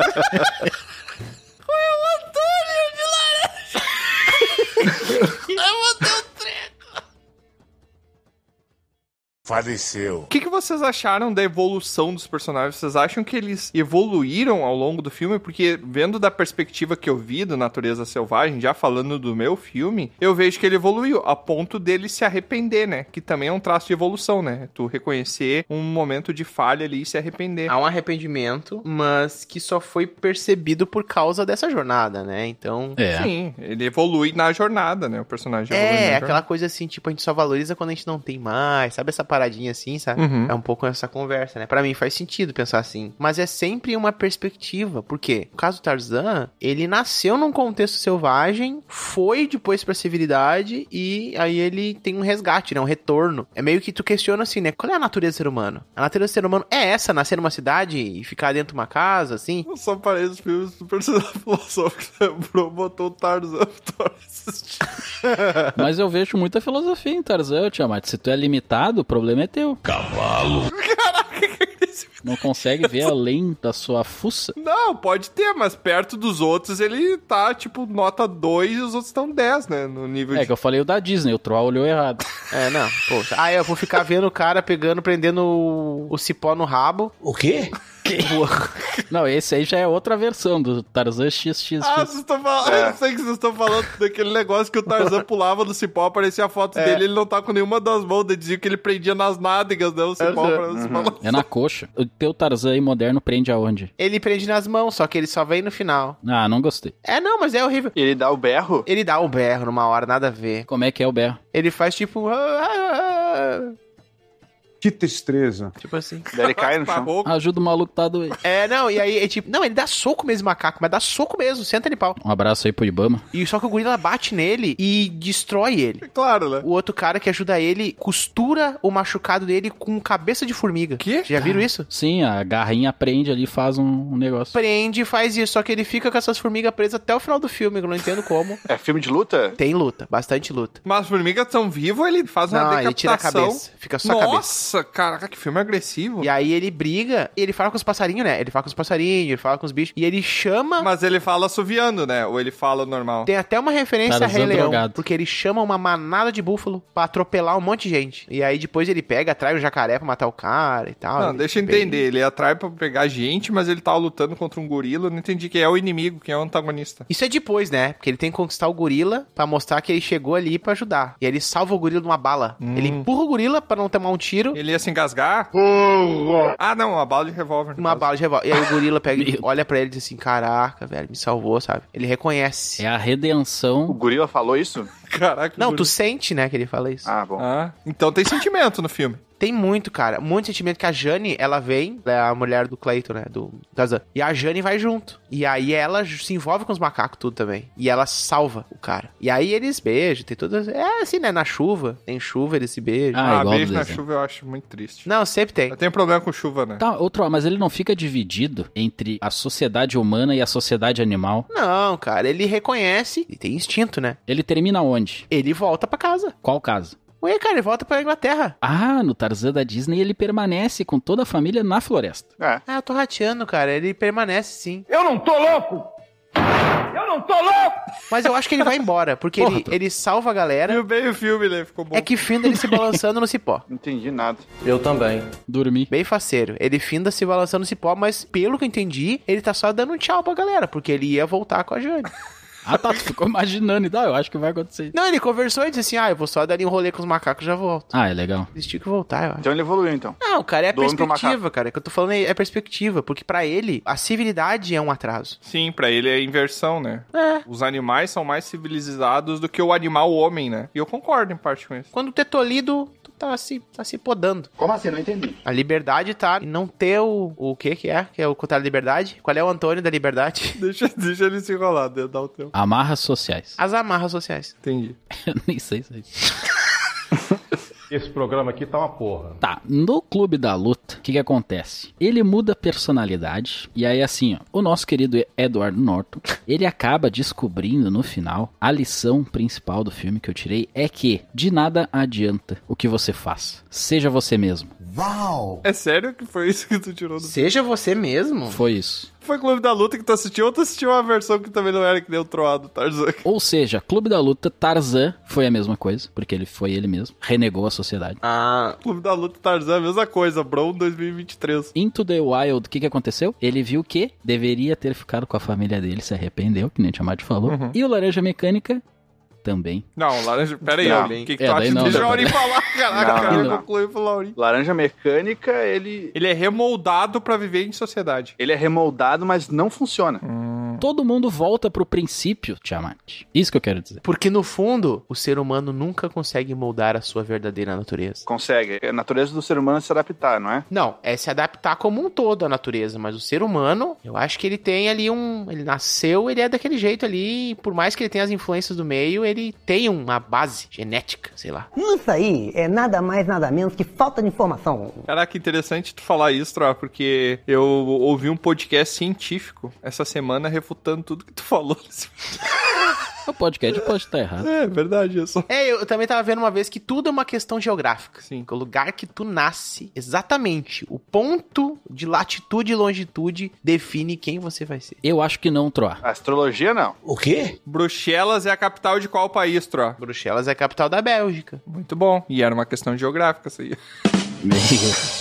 Faleceu.
O que, que vocês acharam da evolução dos personagens? Vocês acham que eles evoluíram ao longo do filme? Porque, vendo da perspectiva que eu vi do Natureza Selvagem, já falando do meu filme, eu vejo que ele evoluiu, a ponto dele se arrepender, né? Que também é um traço de evolução, né? Tu reconhecer um momento de falha ali e se arrepender.
Há um arrependimento, mas que só foi percebido por causa dessa jornada, né? Então.
É.
Sim, ele evolui na jornada, né? O personagem evolui
É,
na
aquela coisa assim, tipo, a gente só valoriza quando a gente não tem mais, sabe essa paradinha assim, sabe?
Uhum.
É um pouco essa conversa, né? Pra mim faz sentido pensar assim. Mas é sempre uma perspectiva, porque o caso do Tarzan, ele nasceu num contexto selvagem, foi depois pra civilidade e aí ele tem um resgate, né? Um retorno. É meio que tu questiona assim, né? Qual é a natureza do ser humano? A natureza do ser humano é essa, nascer numa cidade e ficar dentro de uma casa, assim?
Eu só parei os filmes do personagem filosófico que lembrou, botou o Tarzan pra assistir.
Mas eu vejo muita filosofia em Tarzan, Tiamat. Se tu é limitado, o problema é teu.
Cavalo.
Não consegue ver além da sua fuça.
Não, pode ter, mas perto dos outros ele tá, tipo, nota 2 e os outros estão 10, né? No nível
É
de...
que eu falei o da Disney, o Troll olhou errado.
É, não, poxa. Ah, eu vou ficar vendo o cara pegando, prendendo o, o cipó no rabo.
O quê? Não, esse aí já é outra versão do Tarzan XXX.
Ah, vocês estão falando.
É.
Eu sei que vocês estão falando daquele negócio que o Tarzan pulava do cipó, aparecia a foto
É.
dele, ele não tá com nenhuma das mãos, daí dizia que ele prendia nas nádegas, né? O cipó pra não se balançar.
É na coxa. O teu Tarzan aí moderno prende aonde?
Ele prende nas mãos, só que ele só vem no final.
Ah, não gostei.
É, não, mas é horrível.
Ele dá o berro?
Ele dá o berro numa hora, nada a ver.
Como é que é o berro?
Ele faz tipo. ah,
Que tristeza.
Tipo assim.
Daí ele cai no chão.
Ajuda o maluco tá doido.
É, não, e aí é tipo. Não, ele dá soco mesmo, macaco, mas dá soco mesmo, senta ele pau.
Um abraço aí pro Ibama.
E só que o gorila bate nele e destrói ele.
Claro, né?
O outro cara que ajuda ele costura o machucado dele com cabeça de formiga. Que?
Tá.
Já viram isso?
Sim, a garrinha prende ali e faz um, um negócio.
Prende e faz isso, só que ele fica com essas formigas presas até o final do filme, que eu não entendo como.
É filme de luta?
Tem luta, bastante luta.
Mas as formigas estão vivas, ele faz uma
Não,
é decapitação.
ele tira a cabeça, fica só a cabeça.
Nossa, caraca, que filme agressivo.
E aí ele briga, e ele fala com os passarinhos, né? Ele fala com os passarinhos, ele fala com os bichos, e ele chama.
Mas ele fala assoviando, né? Ou ele fala normal.
Tem até uma referência
Tarzan
a Rei Leão,
drogado.
porque ele chama uma manada de búfalo pra atropelar um monte de gente. E aí depois ele pega, atrai o jacaré pra matar o cara e tal.
Não,
Ele
deixa eu
pega-
entender. Ele atrai pra pegar gente, mas ele tava lutando contra um gorila. Eu não entendi quem é o inimigo, quem é o antagonista.
Isso é depois, né? Porque ele tem que conquistar o gorila pra mostrar que ele chegou ali pra ajudar. E aí ele salva o gorila de uma bala. Ele empurra o gorila pra não tomar um tiro.
Ele ia se engasgar? Ah, não, uma bala de revólver.
Uma bala de revólver. E aí o gorila pega, e olha pra ele e diz assim: Caraca, velho, me salvou, sabe? Ele reconhece.
É a redenção.
O gorila falou isso?
Caraca.
Não, tu sente, né, que ele fala isso.
Ah, bom.
então tem sentimento no filme.
Tem muito, cara. Muito sentimento que a Jane, ela vem, ela é a mulher do Clayton, né? Do Tarzan. E a Jane vai junto. E aí ela j- se envolve com os macacos tudo também. E ela salva o cara. E aí eles beijam, tem todas. É assim, né? Na chuva. Tem chuva, eles se beijam.
Ah, beijo na chuva eu acho muito triste.
Não, é sempre tem.
Eu tenho problema com chuva, né?
Tá, outro, mas ele não fica dividido entre a sociedade humana e a sociedade animal.
Não, cara, ele reconhece e tem instinto, né?
Ele termina onde?
Ele volta pra casa.
Qual casa?
Ué, cara, ele volta pra Inglaterra.
Ah, no Tarzan da Disney ele permanece com toda a família na floresta.
É.
Ah, eu tô rateando, cara. Ele permanece sim.
Eu não tô louco! Eu não tô louco!
Mas eu acho que ele vai embora, porque
Porra,
ele, ele salva a galera.
Viu bem o filme, né? Ficou bom.
É que finda ele se balançando no cipó.
Não entendi nada.
Eu também.
Dormi.
Bem faceiro. Ele finda se balançando no cipó, mas pelo que eu entendi, ele tá só dando um tchau pra galera, porque ele ia voltar com a Jane.
Ah, tá, tu ficou imaginando. E dá, eu acho que vai acontecer isso.
Não, ele conversou e disse assim: ah, eu vou só dar ali um rolê com os macacos e já volto.
Ah, é legal.
Eles tinham que voltar, eu acho.
Então ele evoluiu, então.
Não, cara, é
Do homem pro
perspectiva, cara. O que eu tô falando é, é perspectiva, porque pra ele, a civilidade é um atraso.
Sim, pra ele é inversão, né?
É.
Os animais são mais civilizados do que o animal homem, né? E eu concordo em parte com isso.
Quando tu é tolhido, tu tá se, tá se podando.
Como assim? Não entendi.
A liberdade tá em não ter o, o que que é? Que é o contrário da liberdade? Qual é o Antônio da liberdade?
Deixa, deixa ele se enrolar, deu- dá o tempo.
Amarras sociais.
As amarras sociais.
Entendi.
Eu nem sei se é isso.
Esse programa aqui tá uma porra.
Tá, no Clube da Luta, o que, que acontece? Ele muda a personalidade, e aí assim, ó, o nosso querido Edward Norton, ele acaba descobrindo no final, a lição principal do filme que eu tirei é que de nada adianta o que você faz. Seja você mesmo.
Uau! É sério que foi isso que tu tirou do
Seja você mesmo.
Foi isso.
Foi Clube da Luta que tu assistiu ou tu assistiu uma versão que também não era que deu troado, Tarzan?
Ou seja, Clube da Luta, Tarzan foi a mesma coisa, porque ele foi ele mesmo, renegou a sociedade.
Ah.
Clube da Luta Tarzan, é a mesma coisa, Brown 2023.
Into the Wild, o que, que aconteceu? Ele viu que deveria ter ficado com a família dele, se arrependeu, que nem o Tiamat falou.
Uhum.
E o Laranja Mecânica também.
Não, laranja. Pera aí,
Não.
Laurinho. O que, que
É,
tu
daí
acha?
não,
Deixa o
daí
Laurinho
não.
falar, caraca.
Não,
Cara,
não.
eu concluí pro Laurinho.
Laranja Mecânica, ele
Ele é remoldado pra viver em sociedade.
Ele é remoldado, mas não funciona.
todo mundo volta pro princípio, Tiamat. Isso que eu quero dizer.
Porque no fundo, o ser humano nunca consegue moldar a sua verdadeira natureza.
Consegue. A natureza do ser humano é se adaptar, não é?
Não, é se adaptar como um todo à natureza, mas o ser humano, eu acho que ele tem ali um, ele nasceu, ele é daquele jeito ali, e por mais que ele tenha as influências do meio, ele tem uma base genética, sei lá.
Isso aí é nada mais, nada menos que falta de informação.
Caraca, interessante tu falar isso, Troa, porque eu ouvi um podcast científico essa semana refutando tudo que tu falou.
O podcast pode estar errado.
É verdade isso.
É, eu também tava vendo uma vez que tudo é uma questão geográfica.
Sim.
Que o lugar que tu nasce, exatamente, o ponto de latitude e longitude define quem você vai ser.
Eu acho que não, Troa.
Astrologia não.
O quê?
Bruxelas é a capital de qual país, Troa?
Bruxelas é a capital da Bélgica.
Muito bom. E era uma questão geográfica isso aí.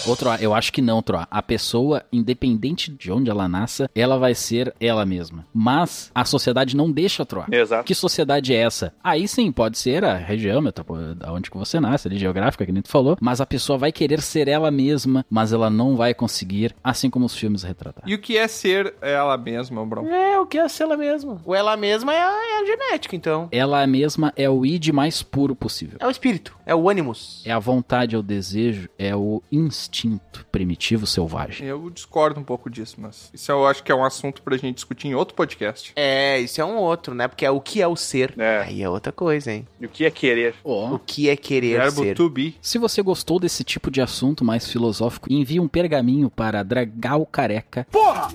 Ô, Troa, eu acho que não, Troa. A pessoa, independente de onde ela nasça, ela vai ser ela mesma. Mas a sociedade não deixa, Troa.
Exato.
Que sociedade é essa? Aí sim, pode ser a região, metrópole, da onde que você nasce, ali geográfica, que nem tu falou, mas a pessoa vai querer ser ela mesma, mas ela não vai conseguir, assim como os filmes
Tá.
retrataram.
E o que é ser ela mesma, bro?
É, o que é ser ela mesma? O ela mesma é a, é a genética, então.
Ela mesma é o id mais puro possível.
É o espírito, é o ânimos.
É a vontade, é o desejo, é o instinto primitivo selvagem.
Eu discordo um pouco disso, mas isso eu acho que é um assunto pra gente discutir em outro podcast.
É, isso é um outro, né? Porque é o que é o ser.
É.
Aí é outra coisa, hein?
E o que é querer?
Ó.
O que é querer
Verbo
ser.
to be.
Se você gostou desse tipo de assunto mais filosófico, envie um pergaminho para Dragal Careca.
Porra!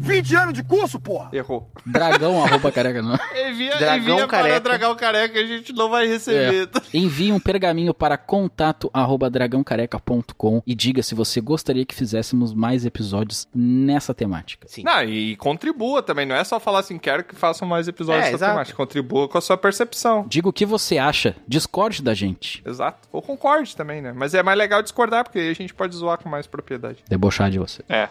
20 anos de curso, porra!
Errou.
Dragão arroba careca, não.
Envia,
Dragão
envia para
careca.
Dragão Careca, a gente não vai receber.
É. Envie um pergaminho para contato arroba dragãocareca.com e diga se você gostaria que fizéssemos mais episódios nessa temática.
Sim.
Não, e contribua também, não é só falar assim, quero que façam mais episódios
É,
sobre
exato.
temática. Contribua com a sua percepção.
Diga o que você acha, discorde da gente.
Exato. Ou concorde também, né? Mas é mais legal discordar, porque aí a gente pode zoar com mais propriedade.
Debochar de você.
É.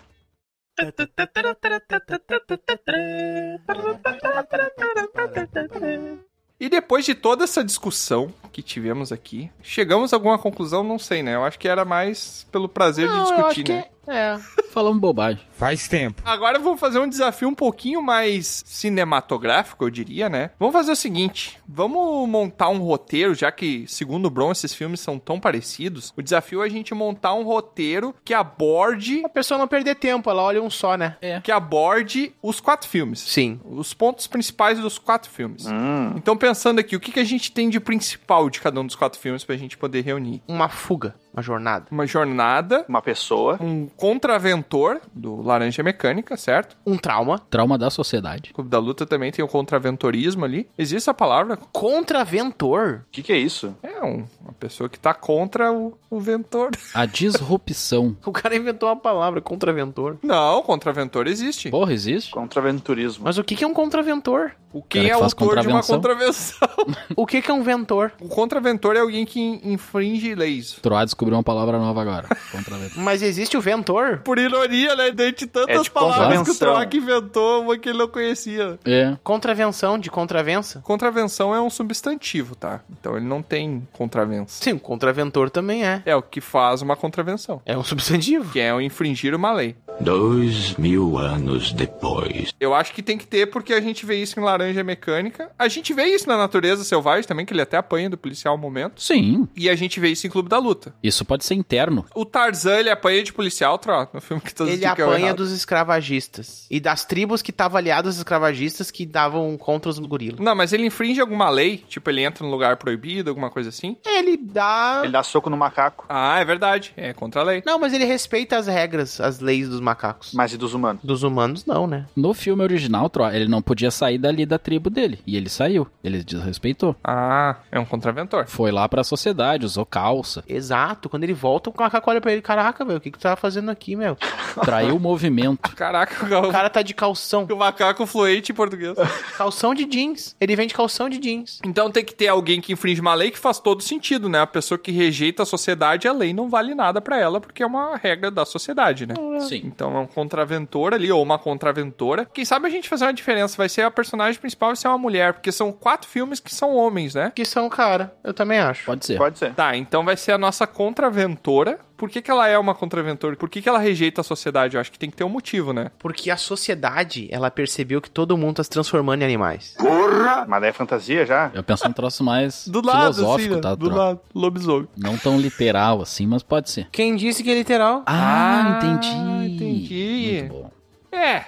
E depois de toda essa discussão que tivemos aqui, chegamos a alguma conclusão? Não sei, né? Eu acho que era mais pelo prazer de
Não, eu acho
discutir,
que
né?
é.
Falamos bobagem.
Faz tempo.
Agora eu vou fazer um desafio um pouquinho mais cinematográfico, eu diria, né? Vamos fazer o seguinte: vamos montar um roteiro, já que, segundo o Bron, esses filmes são tão parecidos. O desafio é a gente montar um roteiro que aborde.
A pessoa não perder tempo, ela olha um só, né?
Que aborde os quatro filmes.
Sim.
Os pontos principais dos quatro filmes.
Hum.
Então, pensando aqui, o que, que a gente tem de principal de cada um dos quatro filmes pra gente poder reunir?
Uma fuga, uma jornada.
Uma jornada,
Uma pessoa.
um contraventor do Laranja Mecânica, certo?
Um trauma.
Trauma da sociedade.
Clube da Luta também tem o contraventorismo ali. Existe a palavra?
Contraventor.
O que, que é isso?
É um- uma pessoa que tá contra o, o ventor.
A disrupção.
O cara inventou uma palavra, contraventor.
Não, contraventor existe.
Porra, existe?
Contraventurismo.
Mas o que que é um contraventor?
O quem
Cara
é
que faz
autor de uma contravenção?
contravenção.
O que que é um ventor?
o contraventor é alguém que infringe leis.
Troá descobriu uma palavra nova agora. Contraventor.
Mas existe o ventor?
Por ironia, né? Dentre
É
tantas
de
palavras que o
contravenção.
Troac inventou, uma que ele não conhecia.
É.
Contravenção de contravença?
Contravenção é um substantivo, tá? Então ele não tem contravenção.
Sim, um contraventor também é.
É o que faz uma contravenção.
É um substantivo.
Que é o infringir uma lei.
Dois mil anos depois.
Eu acho que tem que ter, porque a gente vê isso em Laranja Mecânica. A gente vê isso na Natureza Selvagem também, que ele até apanha do policial um momento.
Sim.
E a gente vê isso em Clube da Luta.
Isso pode ser interno.
O Tarzan, ele apanha de policial, troca, no filme que todos
Ele
dizem que é o
apanha
errado.
dos escravagistas. E das tribos que estavam aliadas aos escravagistas que davam contra os gorilas.
Não, mas ele infringe alguma lei, tipo, ele entra num lugar proibido, alguma coisa assim.
Ele dá.
Ele dá soco no macaco.
Ah, é verdade, é contra a lei.
Não, mas ele respeita as regras, as leis dos macacos.
Mas e dos humanos?
Dos humanos, não, né?
No filme original, Troá, ele não podia sair dali da tribo dele. E ele saiu. Ele desrespeitou.
Ah, é um contraventor.
Foi lá pra sociedade, usou calça.
Exato. Quando ele volta, o macaco olha pra ele: Caraca, velho, o que, que tu tava fazendo aqui, meu?
Traiu o movimento.
Caraca, o,
O
gal-
cara tá de calção.
o macaco fluente em português.
Calção de jeans. Ele vende calção de jeans.
Então tem que ter alguém que infringe uma lei que faz todo sentido, né? A pessoa que rejeita a sociedade, a lei não vale nada pra ela, porque é uma regra da sociedade, né?
Sim.
Então é um contraventor ali, ou uma contraventora. Quem sabe a gente fazer uma diferença. Vai ser a personagem principal, vai ser uma mulher. Porque são quatro filmes que são homens, né?
Que são, cara. Eu também acho.
Pode ser.
Pode ser.
Tá, então vai ser a nossa contraventora. Por que, que ela é uma contraventora? Por que, que ela rejeita a sociedade? Eu acho que tem que ter um motivo, né?
Porque a sociedade, ela percebeu que todo mundo tá se transformando em animais.
Porra! Mas daí é fantasia já?
Eu penso um troço mais
Do lado,
filosófico,
assim,
tá?
Do
Tron?
lado, lobisomem.
Não tão literal assim, mas pode ser.
Quem disse que é literal?
Ah,
Ah,
entendi.
entendi.
Muito bom.
É.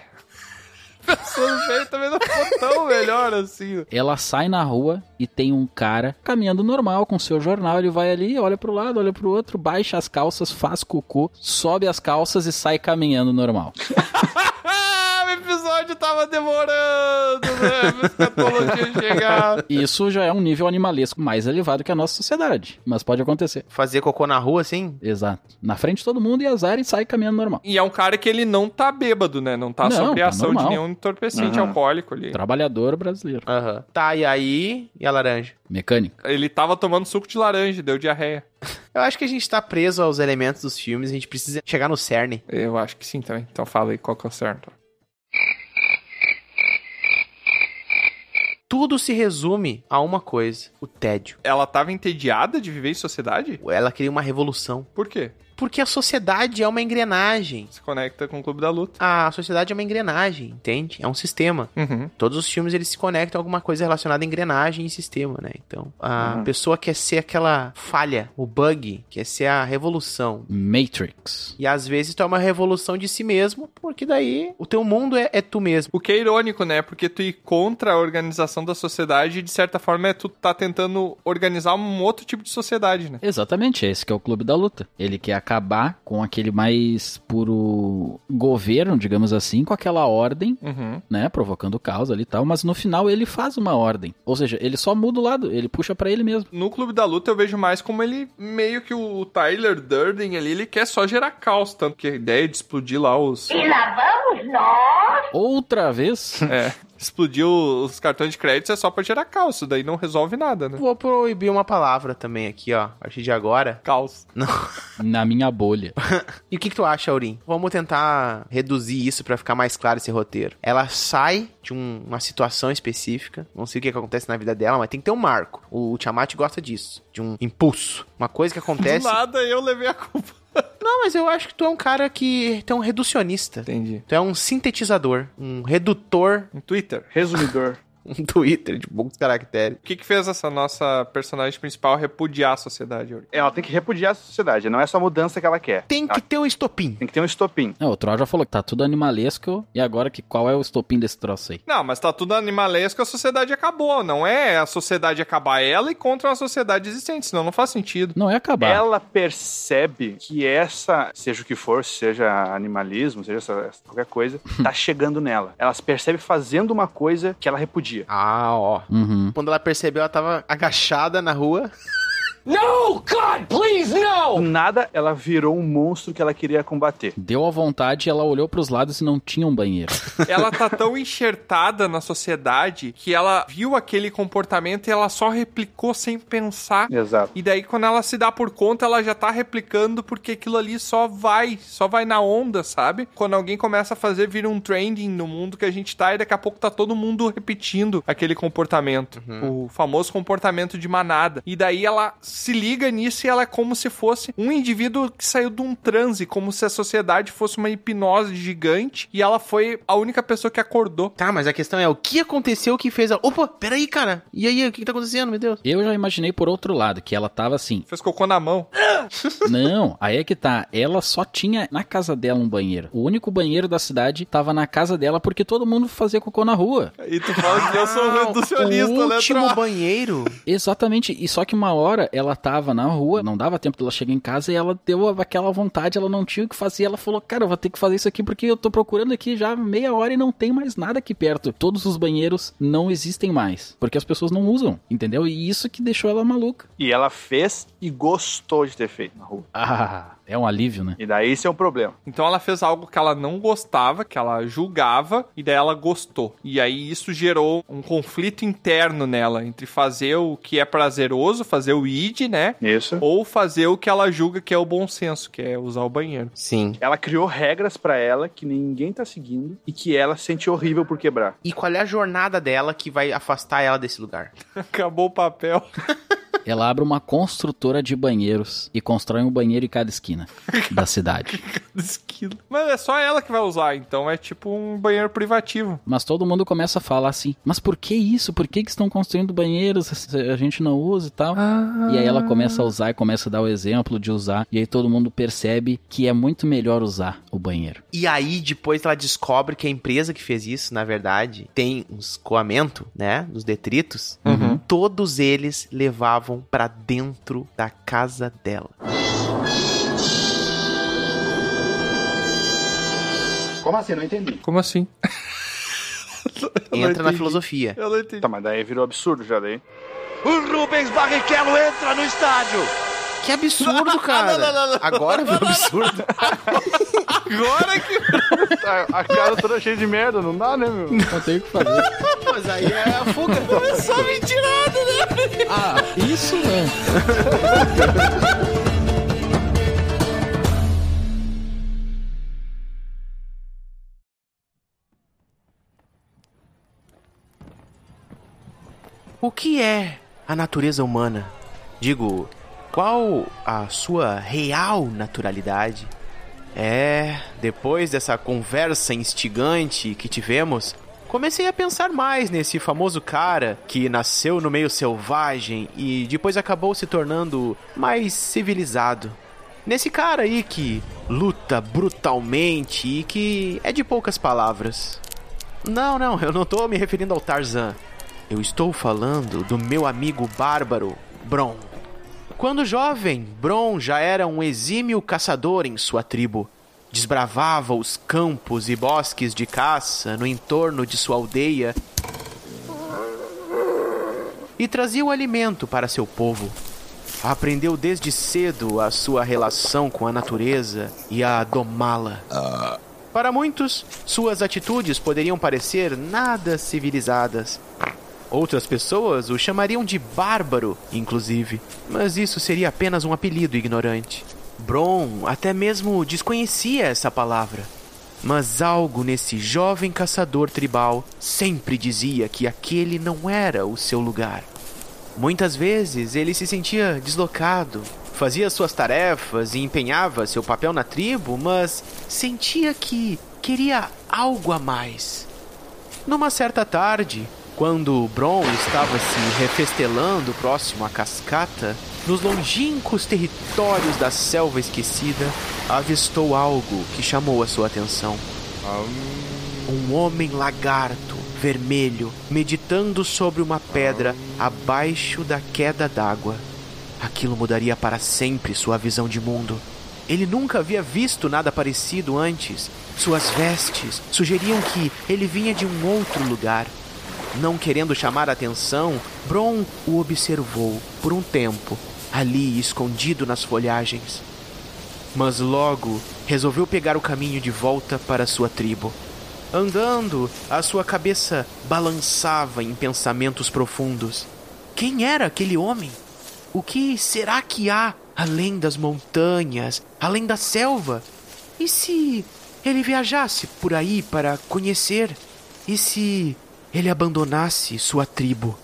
Pensando bem, um também não ficou tão melhor assim.
Ela sai na rua e tem um cara caminhando normal com seu jornal. Ele vai ali, olha pro lado, olha pro outro, baixa as calças, faz cocô, sobe as calças e sai caminhando normal.
Ah, o episódio tava demorando, né? Pra escatologia chegar.
Isso já é um nível animalesco mais elevado que a nossa sociedade, mas pode acontecer.
Fazer cocô na rua, assim?
Exato. Na frente de todo mundo e azar e sai caminhando normal.
E é um cara que ele não tá bêbado, né? Não tá
Não,
sob
tá
a ação de
normal.
nenhum entorpecente
Aham.
alcoólico ali.
Trabalhador brasileiro.
Aham. Tá, e aí? E a laranja?
Mecânico.
Ele tava tomando suco de laranja, deu diarreia.
Eu acho que a gente tá preso aos elementos dos filmes, a gente precisa chegar no cerne.
Eu acho que sim também. Então fala aí qual que é o certo.
Tudo se resume a uma coisa: o tédio.
Ela tava entediada de viver em sociedade?
Ela queria uma revolução.
Por quê?
Porque a sociedade é uma engrenagem.
Se conecta com o Clube da Luta.
A sociedade é uma engrenagem, entende? É um sistema.
Uhum.
Todos os filmes eles se conectam a alguma coisa relacionada a engrenagem e sistema, né? Então, a
Uhum.
pessoa quer ser aquela falha, o bug, quer ser a revolução.
Matrix.
E às vezes tu é uma revolução de si mesmo, porque daí o teu mundo é, é tu mesmo.
O que é irônico, né? Porque tu ir contra a organização da sociedade, de certa forma, é tu tá tentando organizar um outro tipo de sociedade, né?
Exatamente, esse que é o clube da luta. Ele quer acabar com aquele mais puro governo, digamos assim, com aquela ordem,
Uhum.
né, provocando caos ali e tal, mas no final ele faz uma ordem. Ou seja, ele só muda o lado, ele puxa pra ele mesmo.
No Clube da Luta eu vejo mais como ele meio que o Tyler Durden ali, ele quer só gerar caos, tanto que a ideia de explodir lá os
Outra vez,
é, explodir os cartões de crédito é só pra gerar caos, isso daí não resolve nada, né?
Vou proibir uma palavra também aqui, ó, a partir de agora.
Caos.
na minha bolha.
E o que, que tu acha, Aurim? Vamos tentar reduzir isso pra ficar mais claro esse roteiro. Ela sai de um- uma situação específica, não sei o que, que acontece na vida dela, mas tem que ter um marco. O Tiamat gosta disso, de um impulso. Uma coisa que acontece.
Do nada eu levei a culpa.
Não, mas eu acho que tu é um cara que tu é um reducionista.
Entendi.
Tu é um sintetizador, um redutor,
No Twitter.
Resumidor.
um Twitter de poucos caracteres.
O que que fez essa nossa personagem principal repudiar a sociedade, Yuri?
É, ela tem que repudiar a sociedade, não é só a mudança que ela quer.
Tem
Ela
que ter um estopim.
tem que ter um estopim.
Não, o Troll já falou que tá tudo animalesco, e agora que qual é o estopim desse troço aí?
Não, mas tá tudo animalesco, a sociedade acabou. Não é a sociedade acabar ela e contra uma sociedade existente, senão não faz sentido.
Não é acabar.
Ela percebe que essa, seja o que for, seja animalismo, seja essa- essa qualquer coisa, tá chegando nela. Ela se percebe fazendo uma coisa que ela repudia.
Ah, ó.
Uhum.
Quando ela percebeu, ela tava agachada na rua.
Do nada, ela virou um monstro que ela queria combater.
Deu à vontade, ela olhou pros lados e não tinha um banheiro.
Ela tá tão enxertada na sociedade que ela viu aquele comportamento e ela só replicou sem pensar.
Exato.
E daí, quando ela se dá por conta, ela já tá replicando porque aquilo ali só vai, só vai na onda, sabe? Quando alguém começa a fazer, vira um trending no mundo que a gente tá e daqui a pouco tá todo mundo repetindo aquele comportamento. O famoso comportamento de manada. E daí ela se liga nisso e ela é como se fosse um indivíduo que saiu de um transe, como se a sociedade fosse uma hipnose gigante e ela foi a única pessoa que acordou.
Tá, mas a questão é o que aconteceu que fez ela. Opa, peraí, cara. E aí, o que, que tá acontecendo, meu Deus?
Eu já imaginei por outro lado, que ela tava assim,
Fez cocô na mão.
Não, aí é que tá. Ela só tinha na casa dela um banheiro. O único banheiro da cidade tava na casa dela porque todo mundo fazia cocô na rua.
E tu fala que eu sou um reducionista,
Ah, o
né,
último
Troá?
banheiro.
Exatamente. E só que uma hora ela tava na rua, não dava tempo dela chegar em casa e ela deu aquela vontade, ela não tinha o que fazer. Ela falou: Cara, eu vou ter que fazer isso aqui porque eu tô procurando aqui já meia hora e não tem mais nada aqui perto. Todos os banheiros não existem mais porque as pessoas não usam, entendeu? E isso que deixou ela maluca.
E ela fez e gostou de ter feito na rua.
Ah, É um alívio, né?
E daí esse é um problema.
Então ela fez algo que ela não gostava, que ela julgava, e daí ela gostou. E aí isso gerou um conflito interno nela entre fazer o que é prazeroso, fazer o id, né?
Isso.
Ou fazer o que ela julga que é o bom senso, que é usar o banheiro.
Sim.
Ela criou regras pra ela que ninguém tá seguindo e que ela sente horrível por quebrar.
E qual é a jornada dela que vai afastar ela desse lugar?
Acabou o papel.
Ela abre uma construtora de banheiros e constrói um banheiro em cada esquina da cidade.
Esquilo. Mas é só ela que vai usar, então é tipo um banheiro privativo.
Mas todo mundo começa a falar assim: mas por que isso? Por que, que estão construindo banheiros? Se A gente não usa e tal. E aí ela começa a usar e começa a dar o exemplo de usar. E aí todo mundo percebe que é muito melhor usar o banheiro.
E aí depois ela descobre que a empresa que fez isso, na verdade, tem um escoamento, né, dos detritos.
Uhum.
Todos eles levavam pra dentro da casa dela.
Como assim? Não entendi.
Como assim?
Entra na filosofia.
Eu não entendi.
Tá, mas daí virou absurdo já daí.
O Rubens Barrichello entra no estádio.
Que absurdo, cara.
Não, não, não, não.
Agora virou absurdo.
Agora que.
A, a cara toda cheia de merda, não dá, né, meu?
Não tem o que fazer.
Mas aí é a fuga.
É só mentirado, né?
Ah, isso não.
O que é a natureza humana? Digo, qual a sua real naturalidade? É, depois dessa conversa instigante que tivemos, comecei a pensar mais nesse famoso cara que nasceu no meio selvagem e depois acabou se tornando mais civilizado. Nesse cara aí que luta brutalmente e que é de poucas palavras. Não, não, eu não tô me referindo ao Tarzan. Eu estou falando do meu amigo bárbaro, Bron. Quando jovem, Bron já era um exímio caçador em sua tribo. Desbravava os campos e bosques de caça no entorno de sua aldeia e trazia o alimento para seu povo. Aprendeu desde cedo a sua relação com a natureza e a domá-la. Para muitos, suas atitudes poderiam parecer nada civilizadas. Outras pessoas o chamariam de bárbaro, inclusive, mas isso seria apenas um apelido ignorante. Bron até mesmo desconhecia essa palavra. Mas algo nesse jovem caçador tribal sempre dizia que aquele não era o seu lugar. Muitas vezes ele se sentia deslocado, fazia suas tarefas e empenhava seu papel na tribo, mas sentia que queria algo a mais. Numa certa tarde, quando Bron estava se refestelando próximo à cascata, nos longínquos territórios da selva esquecida, avistou algo que chamou a sua atenção. Um homem lagarto, vermelho, meditando sobre uma pedra abaixo da queda d'água. Aquilo mudaria para sempre sua visão de mundo. Ele nunca havia visto nada parecido antes. Suas vestes sugeriam que ele vinha de um outro lugar. Não querendo chamar a atenção, Bron o observou por um tempo, ali escondido nas folhagens. Mas logo resolveu pegar o caminho de volta para sua tribo. Andando, a sua cabeça balançava em pensamentos profundos. Quem era aquele homem? O que será que há além das montanhas, além da selva? E se ele viajasse por aí para conhecer? E se ele abandonasse sua tribo?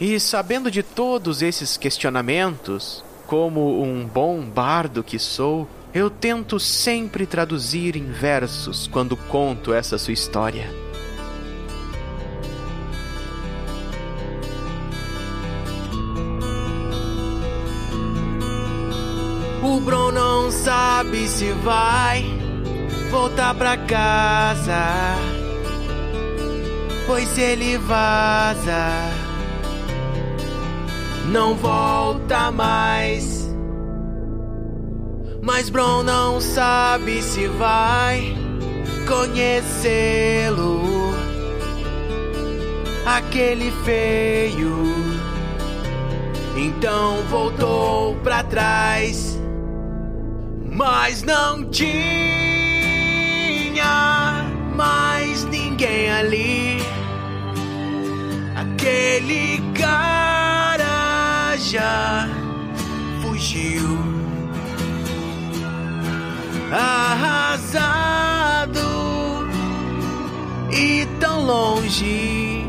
E sabendo de todos esses questionamentos, como um bom bardo que sou, eu tento sempre traduzir em versos quando conto essa sua história. O Bron não sabe se vai voltar pra casa. Pois se ele vaza, não volta mais. Mas Bron não sabe se vai conhecê-lo. Aquele feio. Então voltou pra trás. Mas não tinha mais ninguém ali. Aquele cara já fugiu. Arrasado e tão longe.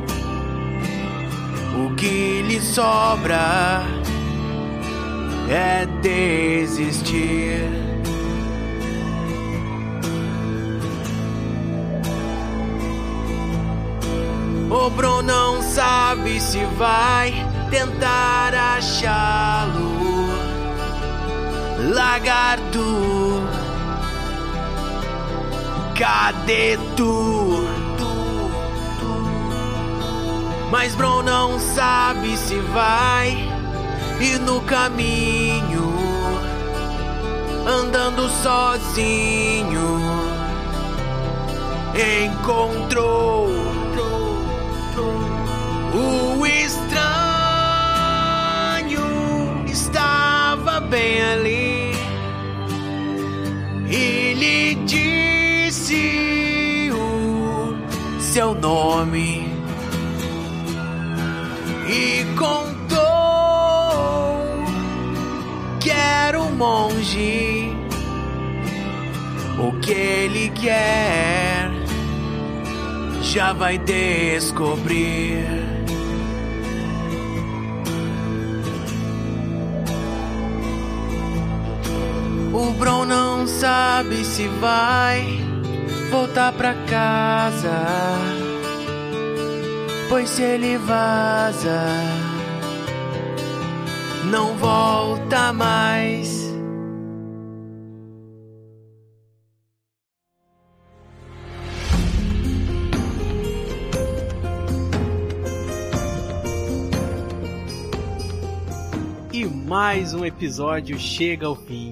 O que lhe sobra é desistir. O Bruno não sabe se vai tentar achá-lo. Lagarto, cadê tu? Tu, tu. Mas Bron não sabe se vai e no caminho andando sozinho encontrou o estranho estava bem ali e lhe disse o seu nome e contou que era um monge. O que ele quer já vai descobrir. O Bron não sabe se vai voltar pra casa. Pois se ele vaza, não volta mais.
E mais um episódio chega ao fim.